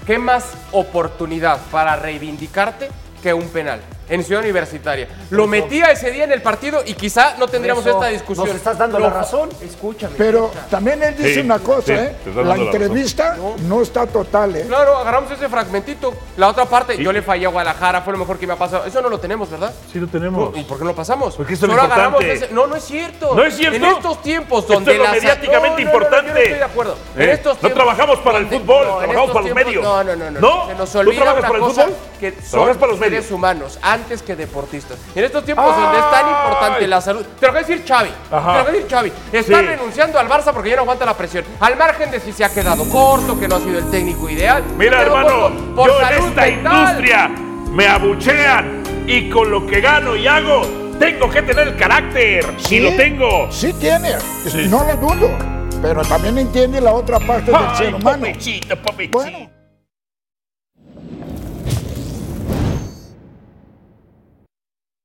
¿Qué más oportunidad para reivindicarte que un penal? En Ciudad Universitaria. Lo metía ese día en el partido y quizá no tendríamos
Eso,
esta discusión.
nos estás dando la razón.
Escúchame.
Pero
escucha.
también él dice
Sí,
una cosa,
sí,
¿eh?
te
La
está dando la razón.
entrevista no está total, ¿eh?
Claro, agarramos ese fragmentito. La otra parte, yo le fallé a Guadalajara, fue lo mejor que me ha pasado. Eso no lo tenemos, ¿verdad?
Sí lo tenemos.
¿Y por qué no lo pasamos?
Porque esto es lo
Solo agarramos
importante.
ese- No, no es cierto.
¿No es cierto?
En estos tiempos
Esto
donde
es lo
la-
mediáticamente
No, no, no, no, yo no
importante.
estoy de acuerdo. En
¿Eh?
estos
No
tiempos
trabajamos para el fútbol,
en
trabajamos
estos
para los
tiempos-
medios.
No, no, no, no.
¿No?
Se nos
¿No
olvida
trabajas
una
para el
cosa
fútbol?
que
Trabajas
son
para los
seres
medios.
humanos antes que deportistas. En estos tiempos donde es tan importante
¡Ay!
la salud. Te lo voy a decir Xavi.
Ajá.
Te lo voy a decir Xavi. Está
Sí.
renunciando al Barça porque ya no aguanta la presión. Al margen de si se ha quedado corto, que no ha sido el técnico ideal.
Mira,
Pero
hermano,
por- por
yo en
salud
esta
mental.
industria me abuchean y con lo que gano y hago, tengo que tener el carácter. Y lo tengo.
Sí tiene, no lo dudo. Pero también entiende la otra parte del
Ay,
ser humano.
papechito, papechito.
Bueno.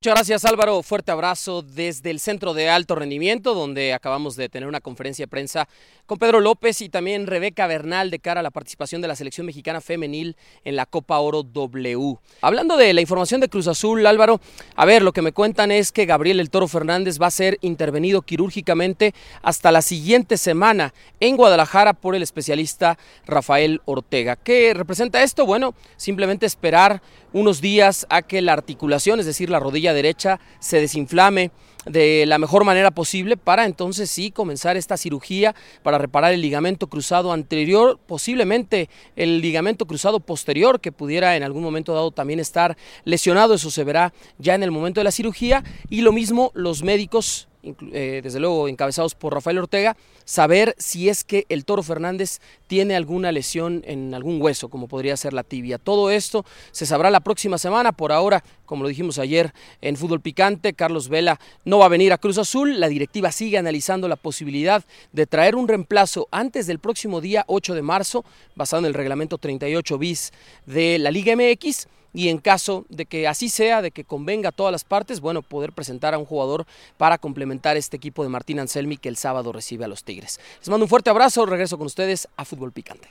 Muchas gracias Álvaro, fuerte abrazo desde el Centro de Alto Rendimiento, donde acabamos de tener una conferencia de prensa con Pedro López y también Rebeca Bernal de cara a la participación de la selección mexicana femenil en la Copa Oro W. Hablando de la información de Cruz Azul, Álvaro, a ver, lo que me cuentan es que Gabriel el Toro Fernández va a ser intervenido quirúrgicamente hasta la siguiente semana en Guadalajara por el especialista Rafael Ortega. ¿Qué representa esto? Bueno, simplemente esperar unos días a que la articulación, es decir, la rodilla derecha se desinflame de la mejor manera posible para entonces sí comenzar esta cirugía para reparar el ligamento cruzado anterior, posiblemente el ligamento cruzado posterior que pudiera en algún momento dado también estar lesionado, eso se verá ya en el momento de la cirugía y lo mismo los médicos inclu- eh, desde luego encabezados por Rafael Ortega, saber si es que el Toro Fernández tiene alguna lesión en algún hueso, como podría ser la tibia. Todo esto se sabrá la próxima semana. Por ahora, como lo dijimos ayer en Fútbol Picante, Carlos Vela no va a venir a Cruz Azul. La directiva sigue analizando la posibilidad de traer un reemplazo antes del próximo día 8 de marzo, basado en el reglamento 38 bis de la Liga MX y en caso de que así sea, de que convenga a todas las partes, bueno, poder presentar a un jugador para complementar este equipo de Martín Anselmi que el sábado recibe a los Tigres. Les mando un fuerte abrazo, regreso con ustedes a Fútbol Picante.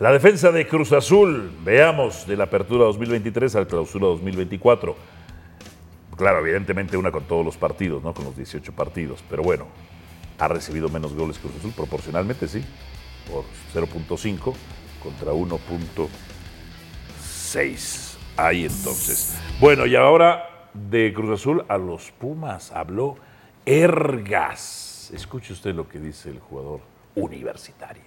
La defensa de Cruz Azul, veamos, de la apertura 2023 al clausura 2024. Claro, evidentemente una con todos los partidos, ¿no? Con los 18 partidos, pero bueno, ha recibido menos goles Cruz Azul, proporcionalmente sí, por 0.5 contra 1.6. Ahí entonces. Bueno, y ahora de Cruz Azul a los Pumas habló Ergas. Escuche usted lo que dice el jugador universitario.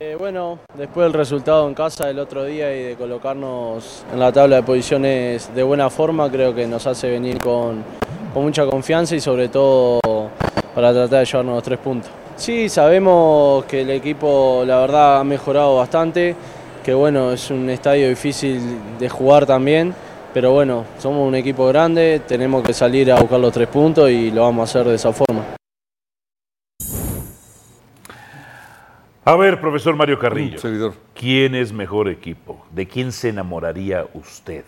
Eh, bueno, después del resultado en casa del otro día y de colocarnos en la tabla de posiciones de buena forma, creo que nos hace venir con, con mucha confianza y sobre todo para tratar de llevarnos los tres puntos. Sí, sabemos que el equipo la verdad ha mejorado bastante, que bueno, es un estadio difícil de jugar también, pero bueno, somos un equipo grande, tenemos que salir a buscar los tres puntos y lo vamos a hacer de esa forma.
A ver, profesor Mario Carrillo.
Un Mm, servidor.
¿Quién es mejor equipo? ¿De quién se enamoraría usted?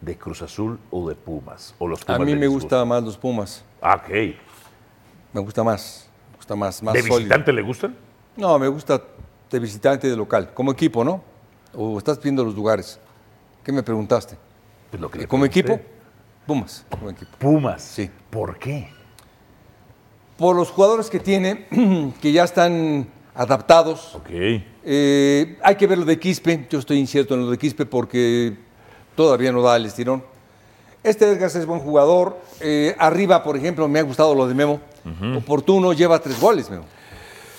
¿De Cruz Azul o de Pumas? ¿O los
A
Pumas
mí
le
me
disgustan?
gustan más los Pumas.
Ah, ok.
Me gusta más. Me gusta más. más
¿De
sólido.
visitante le gustan?
No, me gusta de visitante y de local. Como equipo, ¿no? O estás viendo los lugares. ¿Qué me preguntaste?
Pues le
¿Como
pregunté.
equipo? Pumas. Como equipo.
Pumas.
Sí.
¿Por qué?
Por los jugadores que tiene, que ya están adaptados.
Ok.
Eh, hay que ver lo de Quispe. Yo estoy incierto en lo de Quispe porque todavía no da el estirón. Este Edgas es buen jugador. Eh, arriba, por ejemplo, me ha gustado lo de Memo. Oportuno, lleva tres goles, Memo.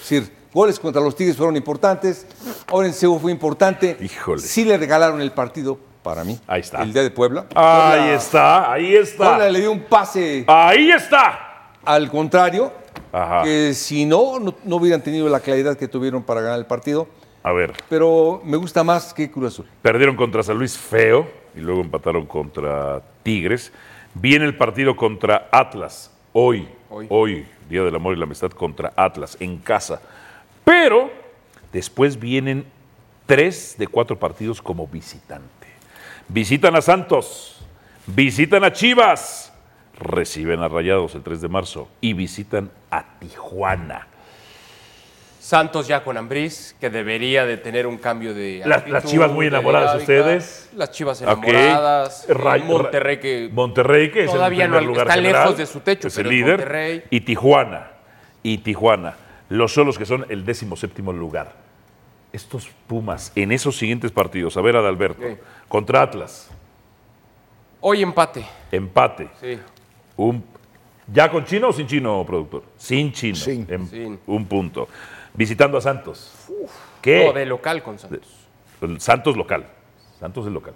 Es decir, goles contra los Tigres fueron importantes. Oren Seúl fue importante.
Híjole.
Sí le regalaron el partido para mí.
Ahí está.
El día de Puebla.
Ahí está, ahí
Puebla
está.
le dio un pase
Ahí está.
al contrario,
Ajá.
que si no, no, no hubieran tenido la claridad que tuvieron para ganar el partido.
A ver,
Pero me gusta más que Cruz Azul.
perdieron contra San Luis feo y luego empataron contra Tigres. Viene el partido contra Atlas hoy, hoy,
Hoy.
Día del Amor y la Amistad contra Atlas en casa. Pero después vienen tres de cuatro partidos como visitante. Visitan a Santos, visitan a Chivas, reciben a Rayados el 3 de marzo y visitan a Tijuana.
Santos ya con Ambriz, que debería de tener un cambio de
La-
actitud,
las Chivas muy
de
enamoradas
dinámica.
ustedes.
Las Chivas
Ok.
enamoradas. eh,
Ra- ra-
Monterrey que
Monterrey que es
todavía
el
no
primer
al-
lugar
está
general,
lejos de su techo,
es el
pero es
líder
Monterrey.
y Tijuana y Tijuana los solos que son el décimo séptimo lugar estos Pumas en esos siguientes partidos a ver Adalberto
Ok.
contra Atlas
hoy empate.
empate
Sí.
un ya con chino o sin chino productor sin chino
Sin.
Em-
Sin.
un punto visitando a Santos
No,
qué
de local con Santos.
El Santos local Santos es local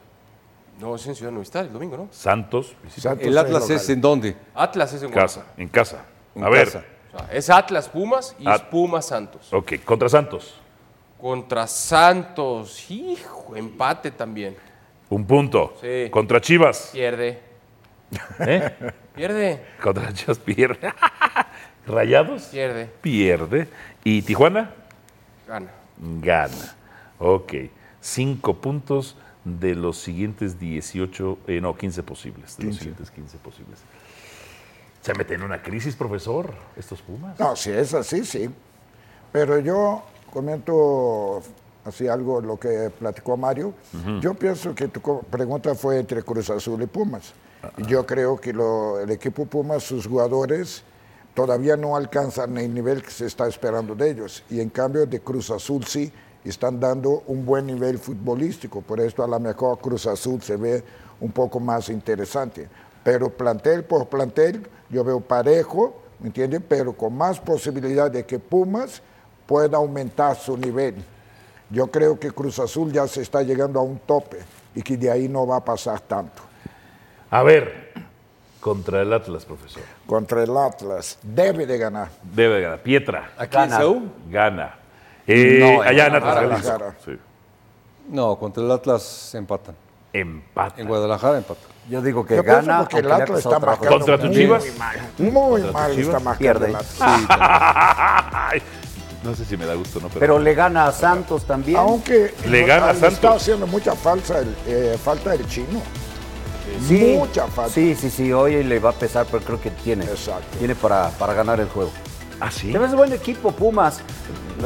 No, es en Ciudad Universitaria el domingo, ¿no?
Santos visita
Santos
¿El Atlas
local.
es en dónde?
Atlas es en
en casa en casa
En
a ver
casa.
Guadalajara. O sea, es Atlas Pumas y es
At-
Pumas Santos.
Ok, contra Santos
Contra Santos, hijo, empate también.
Un punto.
Sí.
Contra Chivas.
Pierde.
¿Eh?
Pierde.
Contra Chivas pierde. Rayados.
Pierde.
Pierde. Y Tijuana
Gana.
gana. Ok. Cinco puntos de los siguientes 18, eh, no, 15 posibles. De los
15.
siguientes 15 posibles. Se meten en una crisis, profesor, estos Pumas.
No, si es así, sí. Pero yo comento así algo lo que platicó Mario.
Ujú.
Yo pienso que tu co- pregunta fue entre Cruz Azul y Pumas. Yo creo que lo- el equipo Pumas, sus jugadores, todavía no alcanzan el nivel que se está esperando de ellos. Y en cambio de Cruz Azul sí están dando un buen nivel futbolístico. Por esto a lo mejor Cruz Azul se ve un poco más interesante. Pero plantel por plantel yo veo parejo, ¿me entiendes? Pero con más posibilidad de que Pumas pueda aumentar su nivel. Yo creo que Cruz Azul ya se está llegando a un tope y que de ahí no va a pasar tanto.
A ver, contra el Atlas, profesor.
Contra el Atlas debe de ganar.
Debe de ganar. Pietra.
¿Aquí en Gana. Seúl?
Gana. Eh,
No,
allá en
en
Atlas.
Guadalajara.
Jalisco. Sí.
No, contra el Atlas empatan.
Empatan.
En Guadalajara empatan.
Yo digo
que Yo pienso gana, porque el aunque le ha Atlas costado está trabajo. marcando
¿Contra tus
muy
chivas?
mal. Muy
¿Contra tus
mal
Chivas?
está marcando el Atlas.
Ay, no sé si me da gusto, ¿no? Pero,
Pero le gana a Santos también.
Aunque
Le gana a
está
Santos.
haciendo mucha falsa el, eh, falta el chino.
Sí,
Mucha falta.
sí, sí, sí, hoy le va a pesar, pero creo que tiene. Tiene para, para ganar el juego.
Ah, sí.
Pero es buen equipo, Pumas.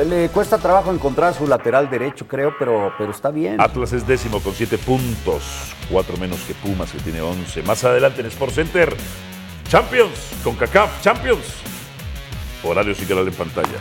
Le cuesta trabajo encontrar su lateral derecho, creo, pero, pero está bien.
Atlas es décimo con siete puntos, cuatro menos que Pumas, que tiene 11. Más adelante en Sport Center, Champions, con CACAF, Champions. Horario sideral en pantalla.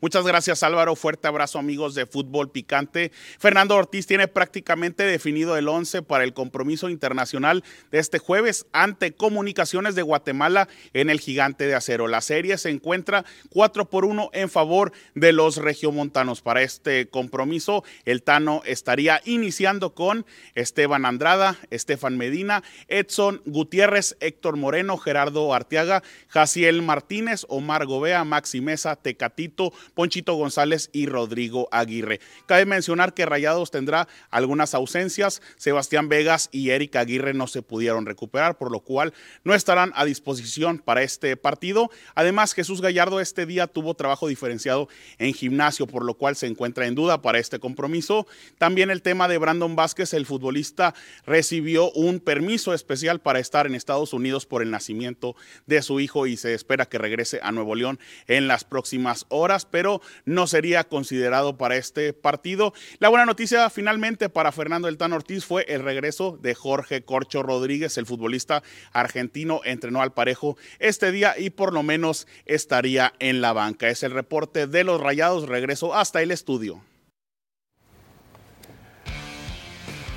Muchas gracias Álvaro, fuerte abrazo amigos de Fútbol Picante. Fernando Ortiz tiene prácticamente definido el 11 para el compromiso internacional de este jueves ante Comunicaciones de Guatemala en el Gigante de Acero. La serie se encuentra 4 por 1 en favor de los regiomontanos. Para este compromiso, el Tano estaría iniciando con Esteban Andrada, Estefan Medina, Edson Gutiérrez, Héctor Moreno, Gerardo Arteaga, Jaciel Martínez, Omar Gobea, Maxi Mesa, Tecatito, Ponchito González y Rodrigo Aguirre. Cabe mencionar que Rayados tendrá algunas ausencias. Sebastián Vegas y Eric Aguirre no se pudieron recuperar, por lo cual no estarán a disposición para este partido. Además, Jesús Gallardo este día tuvo trabajo diferenciado en gimnasio, por lo cual se encuentra en duda para este compromiso. También el tema de Brandon Vázquez, el futbolista recibió un permiso especial para estar en Estados Unidos por el nacimiento de su hijo y se espera que regrese a Nuevo León en las próximas horas, pero no sería considerado para este partido. La buena noticia finalmente para Fernando El Tan Ortiz fue el regreso de Jorge Corcho Rodríguez, el futbolista argentino entrenó al parejo este día y por lo menos estaría en la banca. Es el reporte de los Rayados, regreso hasta el estudio.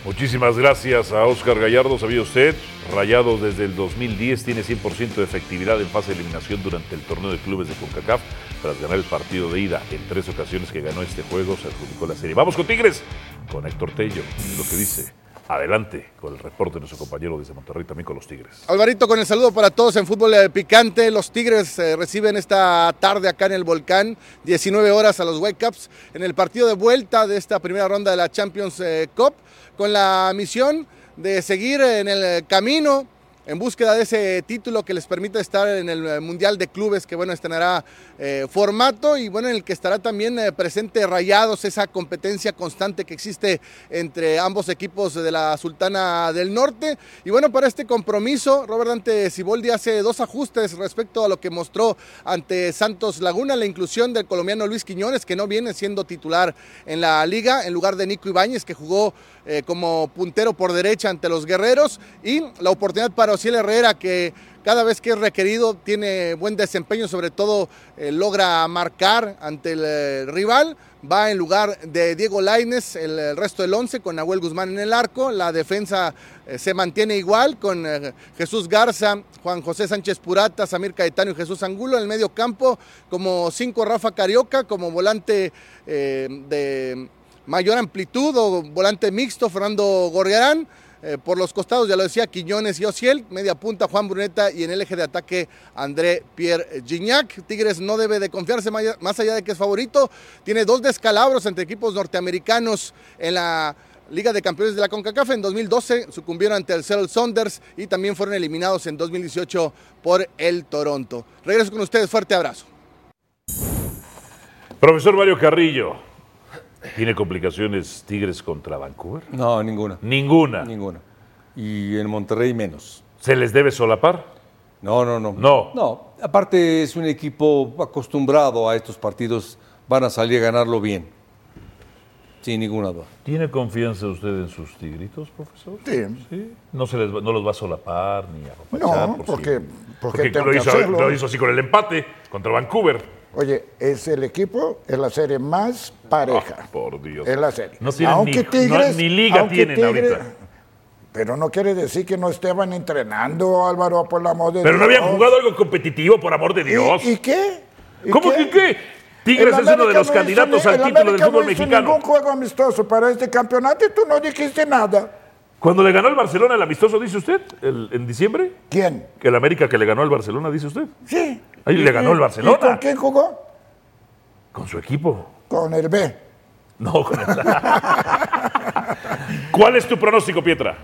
Muchísimas gracias a Oscar Gallardo. Sabía usted, Rayados desde el 2010 tiene 100% de efectividad en fase de eliminación durante el torneo de clubes de CONCACAF. Tras ganar el partido de ida en tres ocasiones que ganó este juego, se adjudicó la serie. Vamos con Tigres, con Héctor Tello. Es lo que dice. Adelante con el reporte de nuestro compañero desde Monterrey, también con los Tigres.
Alvarito, con el saludo para todos en Fútbol eh, Picante. Los Tigres eh, reciben esta tarde acá en el Volcán, 19 horas a los Whitecaps, en el partido de vuelta de esta primera ronda de la Champions eh, Cup, con la misión de seguir en el eh, camino en búsqueda de ese título que les permita estar en el eh, Mundial de Clubes, que bueno, estrenará eh, formato y bueno, en el que estará también eh, presente Rayados, esa competencia constante que existe entre ambos equipos de la Sultana del Norte. Y bueno, para este compromiso, Robert Dante Siboldi hace dos ajustes respecto a lo que mostró ante Santos Laguna, la inclusión del colombiano Luis Quiñones, que no viene siendo titular en la liga, en lugar de Nico Ibáñez, que jugó eh, como puntero por derecha ante los guerreros y la oportunidad para Osiel Herrera que cada vez que es requerido tiene buen desempeño, sobre todo eh, logra marcar ante el eh, rival. Va en lugar de Diego Laines el, eh, resto del 11 con Nahuel Guzmán en el arco. La defensa eh, se mantiene igual con eh, Jesús Garza, Juan José Sánchez Purata, Samir Caetano y Jesús Angulo. En el medio campo como 5 Rafa Carioca como volante eh, de mayor amplitud o volante mixto, Fernando Gorriarán. Eh, por los costados, ya lo decía, Quiñones y Ociel, media punta Juan Bruneta y en el eje de ataque André Pierre Gignac. Tigres no debe de confiarse maya- más allá de que es favorito. Tiene dos descalabros entre equipos norteamericanos en la Liga de Campeones de la CONCACAF en 2012 sucumbieron ante el Seattle Saunders y también fueron eliminados en 2018 por el Toronto. Regreso con ustedes, fuerte abrazo.
Profesor Mario Carrillo, ¿tiene complicaciones Tigres contra Vancouver?
No, ninguna.
Ninguna.
Ninguna. Y en Monterrey menos.
¿Se les debe solapar?
No, no, no.
No.
No. Aparte es un equipo acostumbrado a estos partidos. Van a salir a ganarlo bien. Sin ninguna duda.
¿Tiene confianza usted en sus tigritos, profesor?
Sí.
No, se les va- no los va a solapar ni a
No, porque- porque tengo
lo,
que
hizo,
hacerlo.
lo hizo así con el empate contra Vancouver.
Oye, es el equipo, es la serie más pareja.
Ah, por Dios.
Es la serie.
No tienen ni- no- ni liga tienen ahorita.
Pero no quiere decir que no estaban entrenando, Álvaro, por la amor de
Pero no
Dios.
habían jugado algo competitivo, por amor de Dios.
¿Y, y qué? ¿Y
¿Cómo que qué? Tigres
El
es
América
uno de los
no hizo
candidatos
ni-
al
el
título del
América
fútbol
no hizo
mexicano.
ningún juego amistoso para este campeonato y tú no dijiste nada.
Cuando le ganó el Barcelona el amistoso, dice usted, el- en diciembre.
¿Quién?
Que el América que le ganó al Barcelona, dice usted.
Sí.
Ahí le ganó el
¿Y- ¿Y
Barcelona.
con quién jugó?
Con su equipo.
Con el B.
No, con el... ¿Cuál es tu pronóstico, Pietra?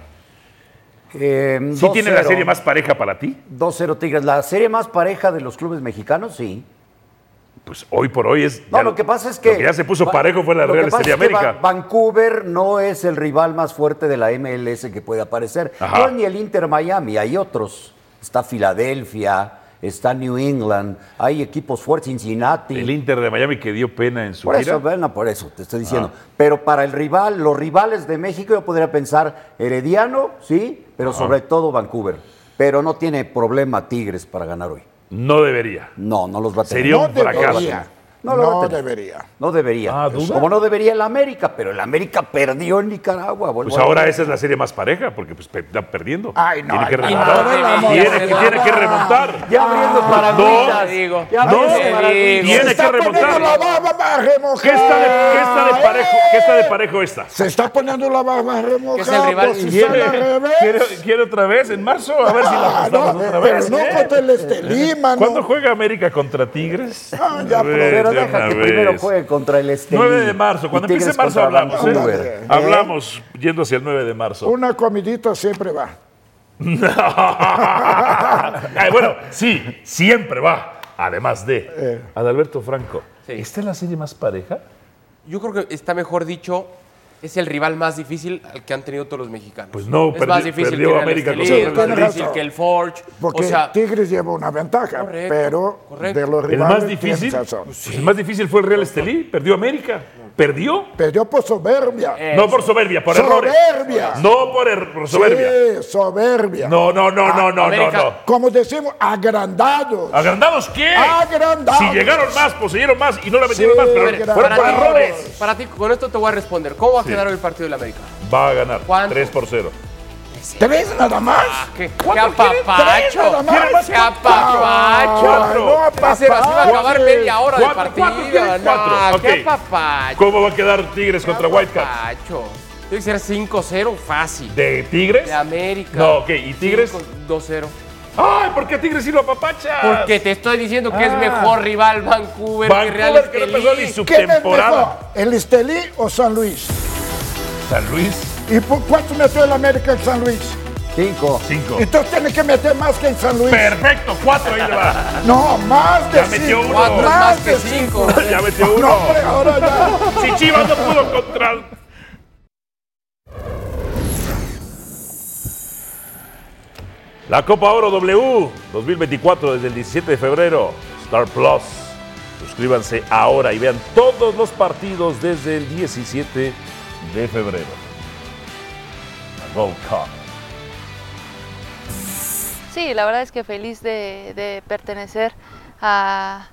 Eh,
¿Sí tiene la serie más pareja para ti?
2-0 Tigres. ¿La serie más pareja de los clubes mexicanos? Sí.
Pues hoy por hoy es.
No,
ya
lo que pasa es que.
Lo que ya se puso parejo fue la
lo que
Real
pasa
Serie
es que Va-
América.
Vancouver no es el rival más fuerte de la MLS que puede aparecer.
Ajá.
No es ni el Inter Miami, hay otros. Está Filadelfia, está New England, hay equipos fuertes, Cincinnati.
El Inter de Miami que dio pena en su
Por
gira.
eso, bueno, por eso te estoy diciendo.
Ah.
Pero para el rival, los rivales de México, yo podría pensar Herediano, sí, pero
Ajá.
sobre todo Vancouver. Pero no tiene problema Tigres para ganar hoy.
No debería.
No, no los va a tener.
Sería un
No debería.
fracaso.
No, lo va a
No
tener.
debería.
No debería.
Ah, ¿duda?
Como no debería el América, pero el América perdió en Nicaragua. vuelvo
Pues
a
ahora
decir.
esa es la serie más pareja, porque pues pe- está perdiendo.
Ay, no,
Tiene que
ay,
remontar.
no, por el amor
tiene,
de
que-
Dios.
tiene que remontar.
Ya abriendo
Ah, No,
paragüitas. Ya
no,
abriendo paragüitas.
tiene
Se
que
está poniendo
remontar.
la
¿Qué está, de, qué está de parejo? ¿Qué está de parejo esta?
Se está poniendo la barba remojada. por si sale
¿Quiere,
al revés.
quiere- quiere otra vez en marzo? A ver si la
Ah,
apostamos
no,
otra
pero
vez.
no
¿eh?
contra el Estelima, no.
¿Cuándo juega América contra Tigres?
Ah, ya,
A ver,
Pero
de
deja
una
que primero
vez.
juegue contra el Estelí.
9 de marzo, cuando
Y Tigres
empiece marzo
contra
hablamos. ¿eh?
Vancouver.
Hablamos yendo hacia el 9 de marzo.
Una comidita siempre va.
Ay, bueno, sí, siempre va. Además
Eh.
de Adalberto Franco. ¿Esta es la serie más pareja?
Yo creo que está mejor dicho, es el rival más difícil al que han tenido todos los mexicanos.
Pues no,
es
perdió-
más difícil
perdió
que el
América
Estelí,
contra
es más
el Estelí.
difícil que el Forge.
Porque
o sea,
Tigres lleva una ventaja,
Correcto,
pero
correcto.
de los
¿El
rivales
más difícil?
tiene razón.
Pues sí. El más difícil fue el Real Estelí. Perdió América. Perdió.
Perdió por soberbia.
No por soberbia, por errores.
soberbia.
No por, er- por soberbia.
Sí, soberbia.
No, no, no, no, no, no,
América.
no.
Como decimos, agrandados.
¿Agrandados qué?
Agrandados.
Si llegaron más, poseyeron más y no la metieron
Sí,
más, pero
agrandados.
fueron por
ti,
errores.
para ti, con esto te voy a responder. ¿Cómo va a
Sí.
quedar hoy el partido del América?
Va a ganar.
¿Cuánto? Ah,
3 por 0.
Tres nada más.
¿Qué, qué
¿Cuánto quiere?
Tres
apapacho?
nada más.
¿Qué
Cuatro.
apapacho?
Cuatro.
No, papá.
Se va a acabar
Cuatro.
media hora de
¿Cuatro?
partido.
¿Cuatro quieres?
no,
Cuatro.
¿Qué
Ok.
apapacho?
¿Cómo va a quedar Tigres contra Whitecaps?
Apapacho. Tiene que ser 5-0 fácil.
¿De Tigres?
De América.
No, ok, ¿y Tigres?
2-0.
¡Ay, ¿por qué Tigres sí lo apapacha?
Porque te estoy diciendo que es
Ah.
mejor rival Vancouver, que Real
Vancouver que no empezó ni
Estelí.
su
¿Quién es
temporada.
mejor, el Estelí o San Luis?
San Luis,
¿Y por cuánto metió el América en San Luis?
Cinco.
5.
Entonces tiene que meter más que en San Luis.
Perfecto, 4 ahí le va.
Pues- No, más de
Ya metió
cinco.
uno.
Cuatro
Más,
más
de
que
cinco.
cinco.
ya metió
No,
uno.
hombre, ahora ya.
Si Chivas no pudo contra. La Copa Oro W 2024 desde el 17 de febrero. Star Plus. Suscríbanse ahora y vean todos los partidos desde el 17 de febrero. La Gold Cup.
Sí, la verdad es que feliz de, de pertenecer a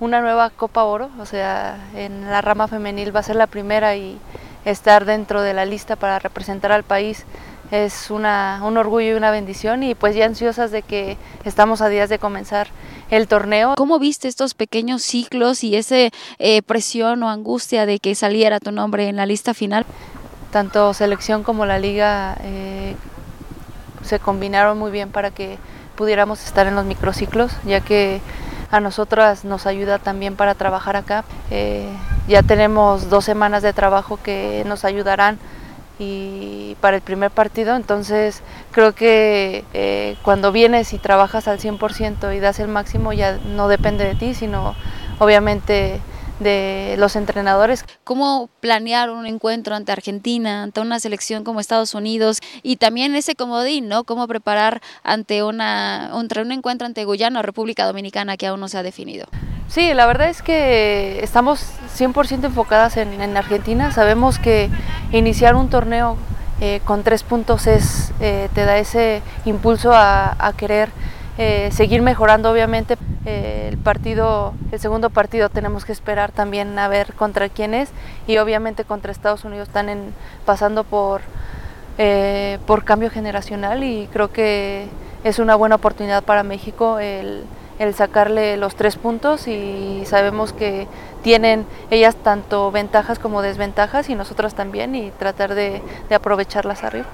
una nueva Copa Oro, o sea, en la rama femenil va a ser la primera y estar dentro de la lista para representar al país es una- un orgullo y una bendición y pues ya ansiosas de que estamos a días de comenzar el torneo.
¿Cómo viste estos pequeños ciclos y esa presión o angustia de que saliera tu nombre en la lista final?
tanto selección como la liga eh, se combinaron muy bien para que pudiéramos estar en los microciclos, ya que a nosotras nos ayuda también para trabajar acá. Eh, ya tenemos dos semanas de trabajo que nos ayudarán y para el primer partido. Entonces creo que eh, cuando vienes y trabajas al 100% y das el máximo ya no depende de ti, sino obviamente de los entrenadores.
cómo planear un encuentro ante Argentina, ante una selección como Estados Unidos y también ese comodín, ¿no? Cómo preparar ante una entre un encuentro ante Guyana o República Dominicana que aún no se ha definido.
Sí, la verdad es que estamos 100% enfocadas en, en Argentina. Sabemos que iniciar un torneo eh, con tres puntos es, eh, te da ese impulso a, a querer eh, seguir mejorando, obviamente. Eh, el partido, el segundo partido tenemos que esperar también a ver contra quién es y obviamente contra Estados Unidos están en- pasando por, eh, por cambio generacional y creo que es una buena oportunidad para México el, el sacarle los tres puntos y sabemos que tienen ellas tanto ventajas como desventajas y nosotros también y tratar de, de aprovecharlas arriba.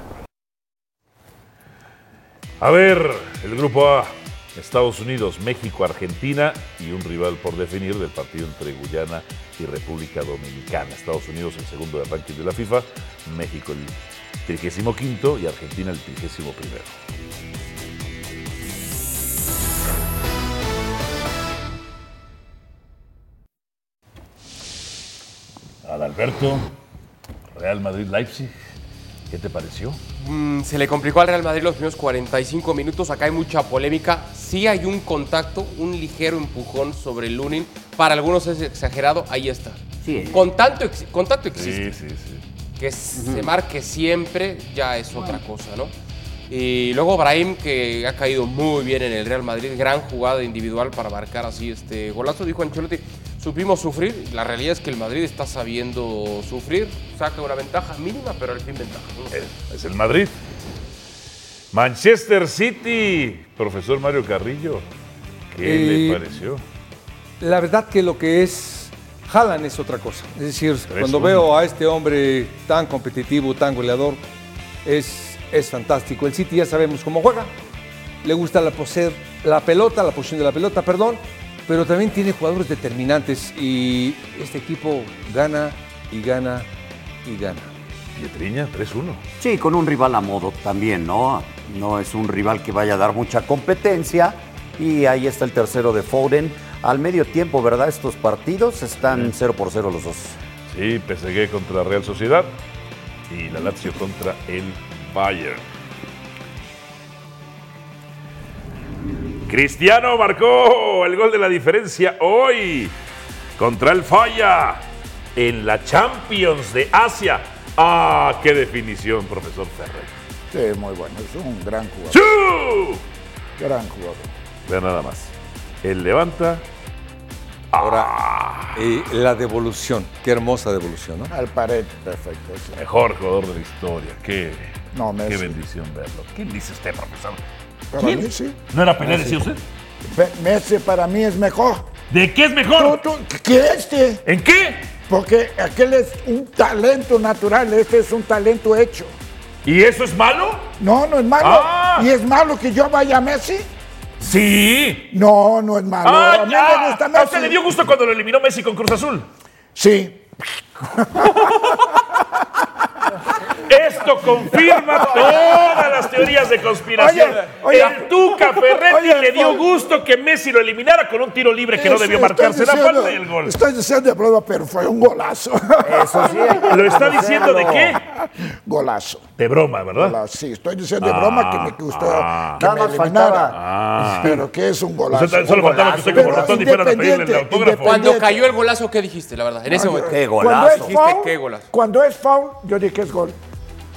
A ver, el grupo A. Estados Unidos, México, Argentina y un rival por definir del partido entre Guyana y República Dominicana. Estados Unidos el segundo del ranking de la FIFA, México el 35 quinto y Argentina el 31 primero. Adalberto, Real Madrid-Leipzig, ¿qué te pareció?
Mm, se le complicó al Real Madrid los primeros 45 minutos. Acá hay mucha polémica. Sí hay un contacto, un ligero empujón sobre Lunin. Para algunos es exagerado. Ahí está.
Sí.
Con tanto ex- contacto existe.
Sí, sí, sí.
Que s-
Ujú.
se marque siempre ya es otra cosa, ¿no? Y luego Brahim, que ha caído muy bien en el Real Madrid, gran jugada individual para marcar así este golazo, dijo Ancelotti, supimos sufrir, la realidad es que el Madrid está sabiendo sufrir, saca una ventaja mínima, pero al fin ventaja. Uno cero.
Es el Madrid. Manchester City, profesor Mario Carrillo, ¿qué
Eh,
le pareció?
La verdad que lo que es Haaland es otra cosa. Es decir, cuando
uno.
veo a este hombre tan competitivo, tan goleador, es, es fantástico. El City ya sabemos cómo juega. Le gusta la, poseer, la pelota, la posición de la pelota, perdón. Pero también tiene jugadores determinantes y este equipo gana y gana y gana.
Pietriña, 3-1.
Sí, con un rival a modo también, ¿no? No es un rival que vaya a dar mucha competencia. Y ahí está el tercero de Foden. Al medio tiempo, ¿verdad? Estos partidos están 0 por 0 los dos.
Sí, PSG contra Real Sociedad y la Lazio contra el Bayern. Cristiano marcó el gol de la diferencia hoy contra el Falla en la Champions de Asia. Ah, qué definición, profesor Ferrer.
Sí, muy bueno, es un gran jugador. Gran jugador.
Vean nada más. Él levanta. Ah.
Ahora, eh, la devolución. Qué hermosa devolución, ¿no?
Al pared, perfecto. sí.
Mejor jugador de la historia. Qué,
No, Messi.
qué bendición verlo. ¿Quién dice usted, profesor?
Para
¿Quién?
mí sí.
¿No era Pelé, decía
Messi.
usted?
Pe- Messi para mí es mejor.
¿De qué es mejor?
que este.
¿En qué?
Porque aquel es un talento natural, este es un talento hecho.
¿Y eso es malo?
No, no es malo.
Ah.
¿Y es malo que yo vaya a Messi?
Sí.
No, no es malo.
Ah,
a mí
ya.
me gusta
¿A
Messi.
usted le dio gusto cuando lo eliminó Messi con Cruz Azul?
Sí.
Esto confirma todas las teorías de conspiración.
Oye, oye.
el Tuca Ferretti
Oye,
le dio
Paul.
gusto que Messi lo eliminara con un tiro libre que no
Eso
debió
estoy
marcarse. Era
diciendo-
falta y el gol.
Estoy diciendo de broma, pero fue un golazo.
Eso sí. hay que
¿Lo está diciendo
reconocerlo.
de qué?
Golazo.
De broma, ¿verdad?
Golazo. Sí, estoy diciendo de broma que me que usted
Ah.
que
Nada
me
más
eliminara.
faltaba.
Ah.
Pero que es un golazo.
O sea, tan
un
solo faltaba que
golazo.
usted como
Pero
Rotondi fuera a pedirle el
independiente-
autógrafo.
Cuando
independiente-
cayó el golazo, ¿qué dijiste, la verdad? En ese momento.
Qué
Cuando es
golazo.
Dijiste,
foul,
qué golazo.
cuando es foul, yo dije que es gol.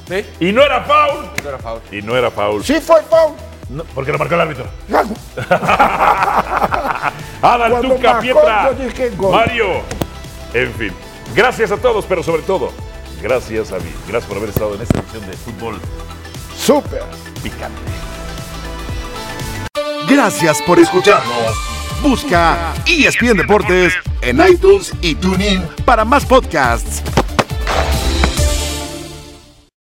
¿Sí?
Y no era foul.
No era foul.
Y no era foul.
Sí fue foul.
No, porque lo marcó el árbitro. Adal
Cuando
Tuca
marcó,
Pietra.
yo dije gol.
Mario. En fin. Gracias a todos, pero sobre todo, gracias a mí. Gracias por haber estado en esta edición de Fútbol
Súper.
Picante.
Gracias por escucharnos. E Busca ESPN Deportes en iTunes y TuneIn para más podcasts.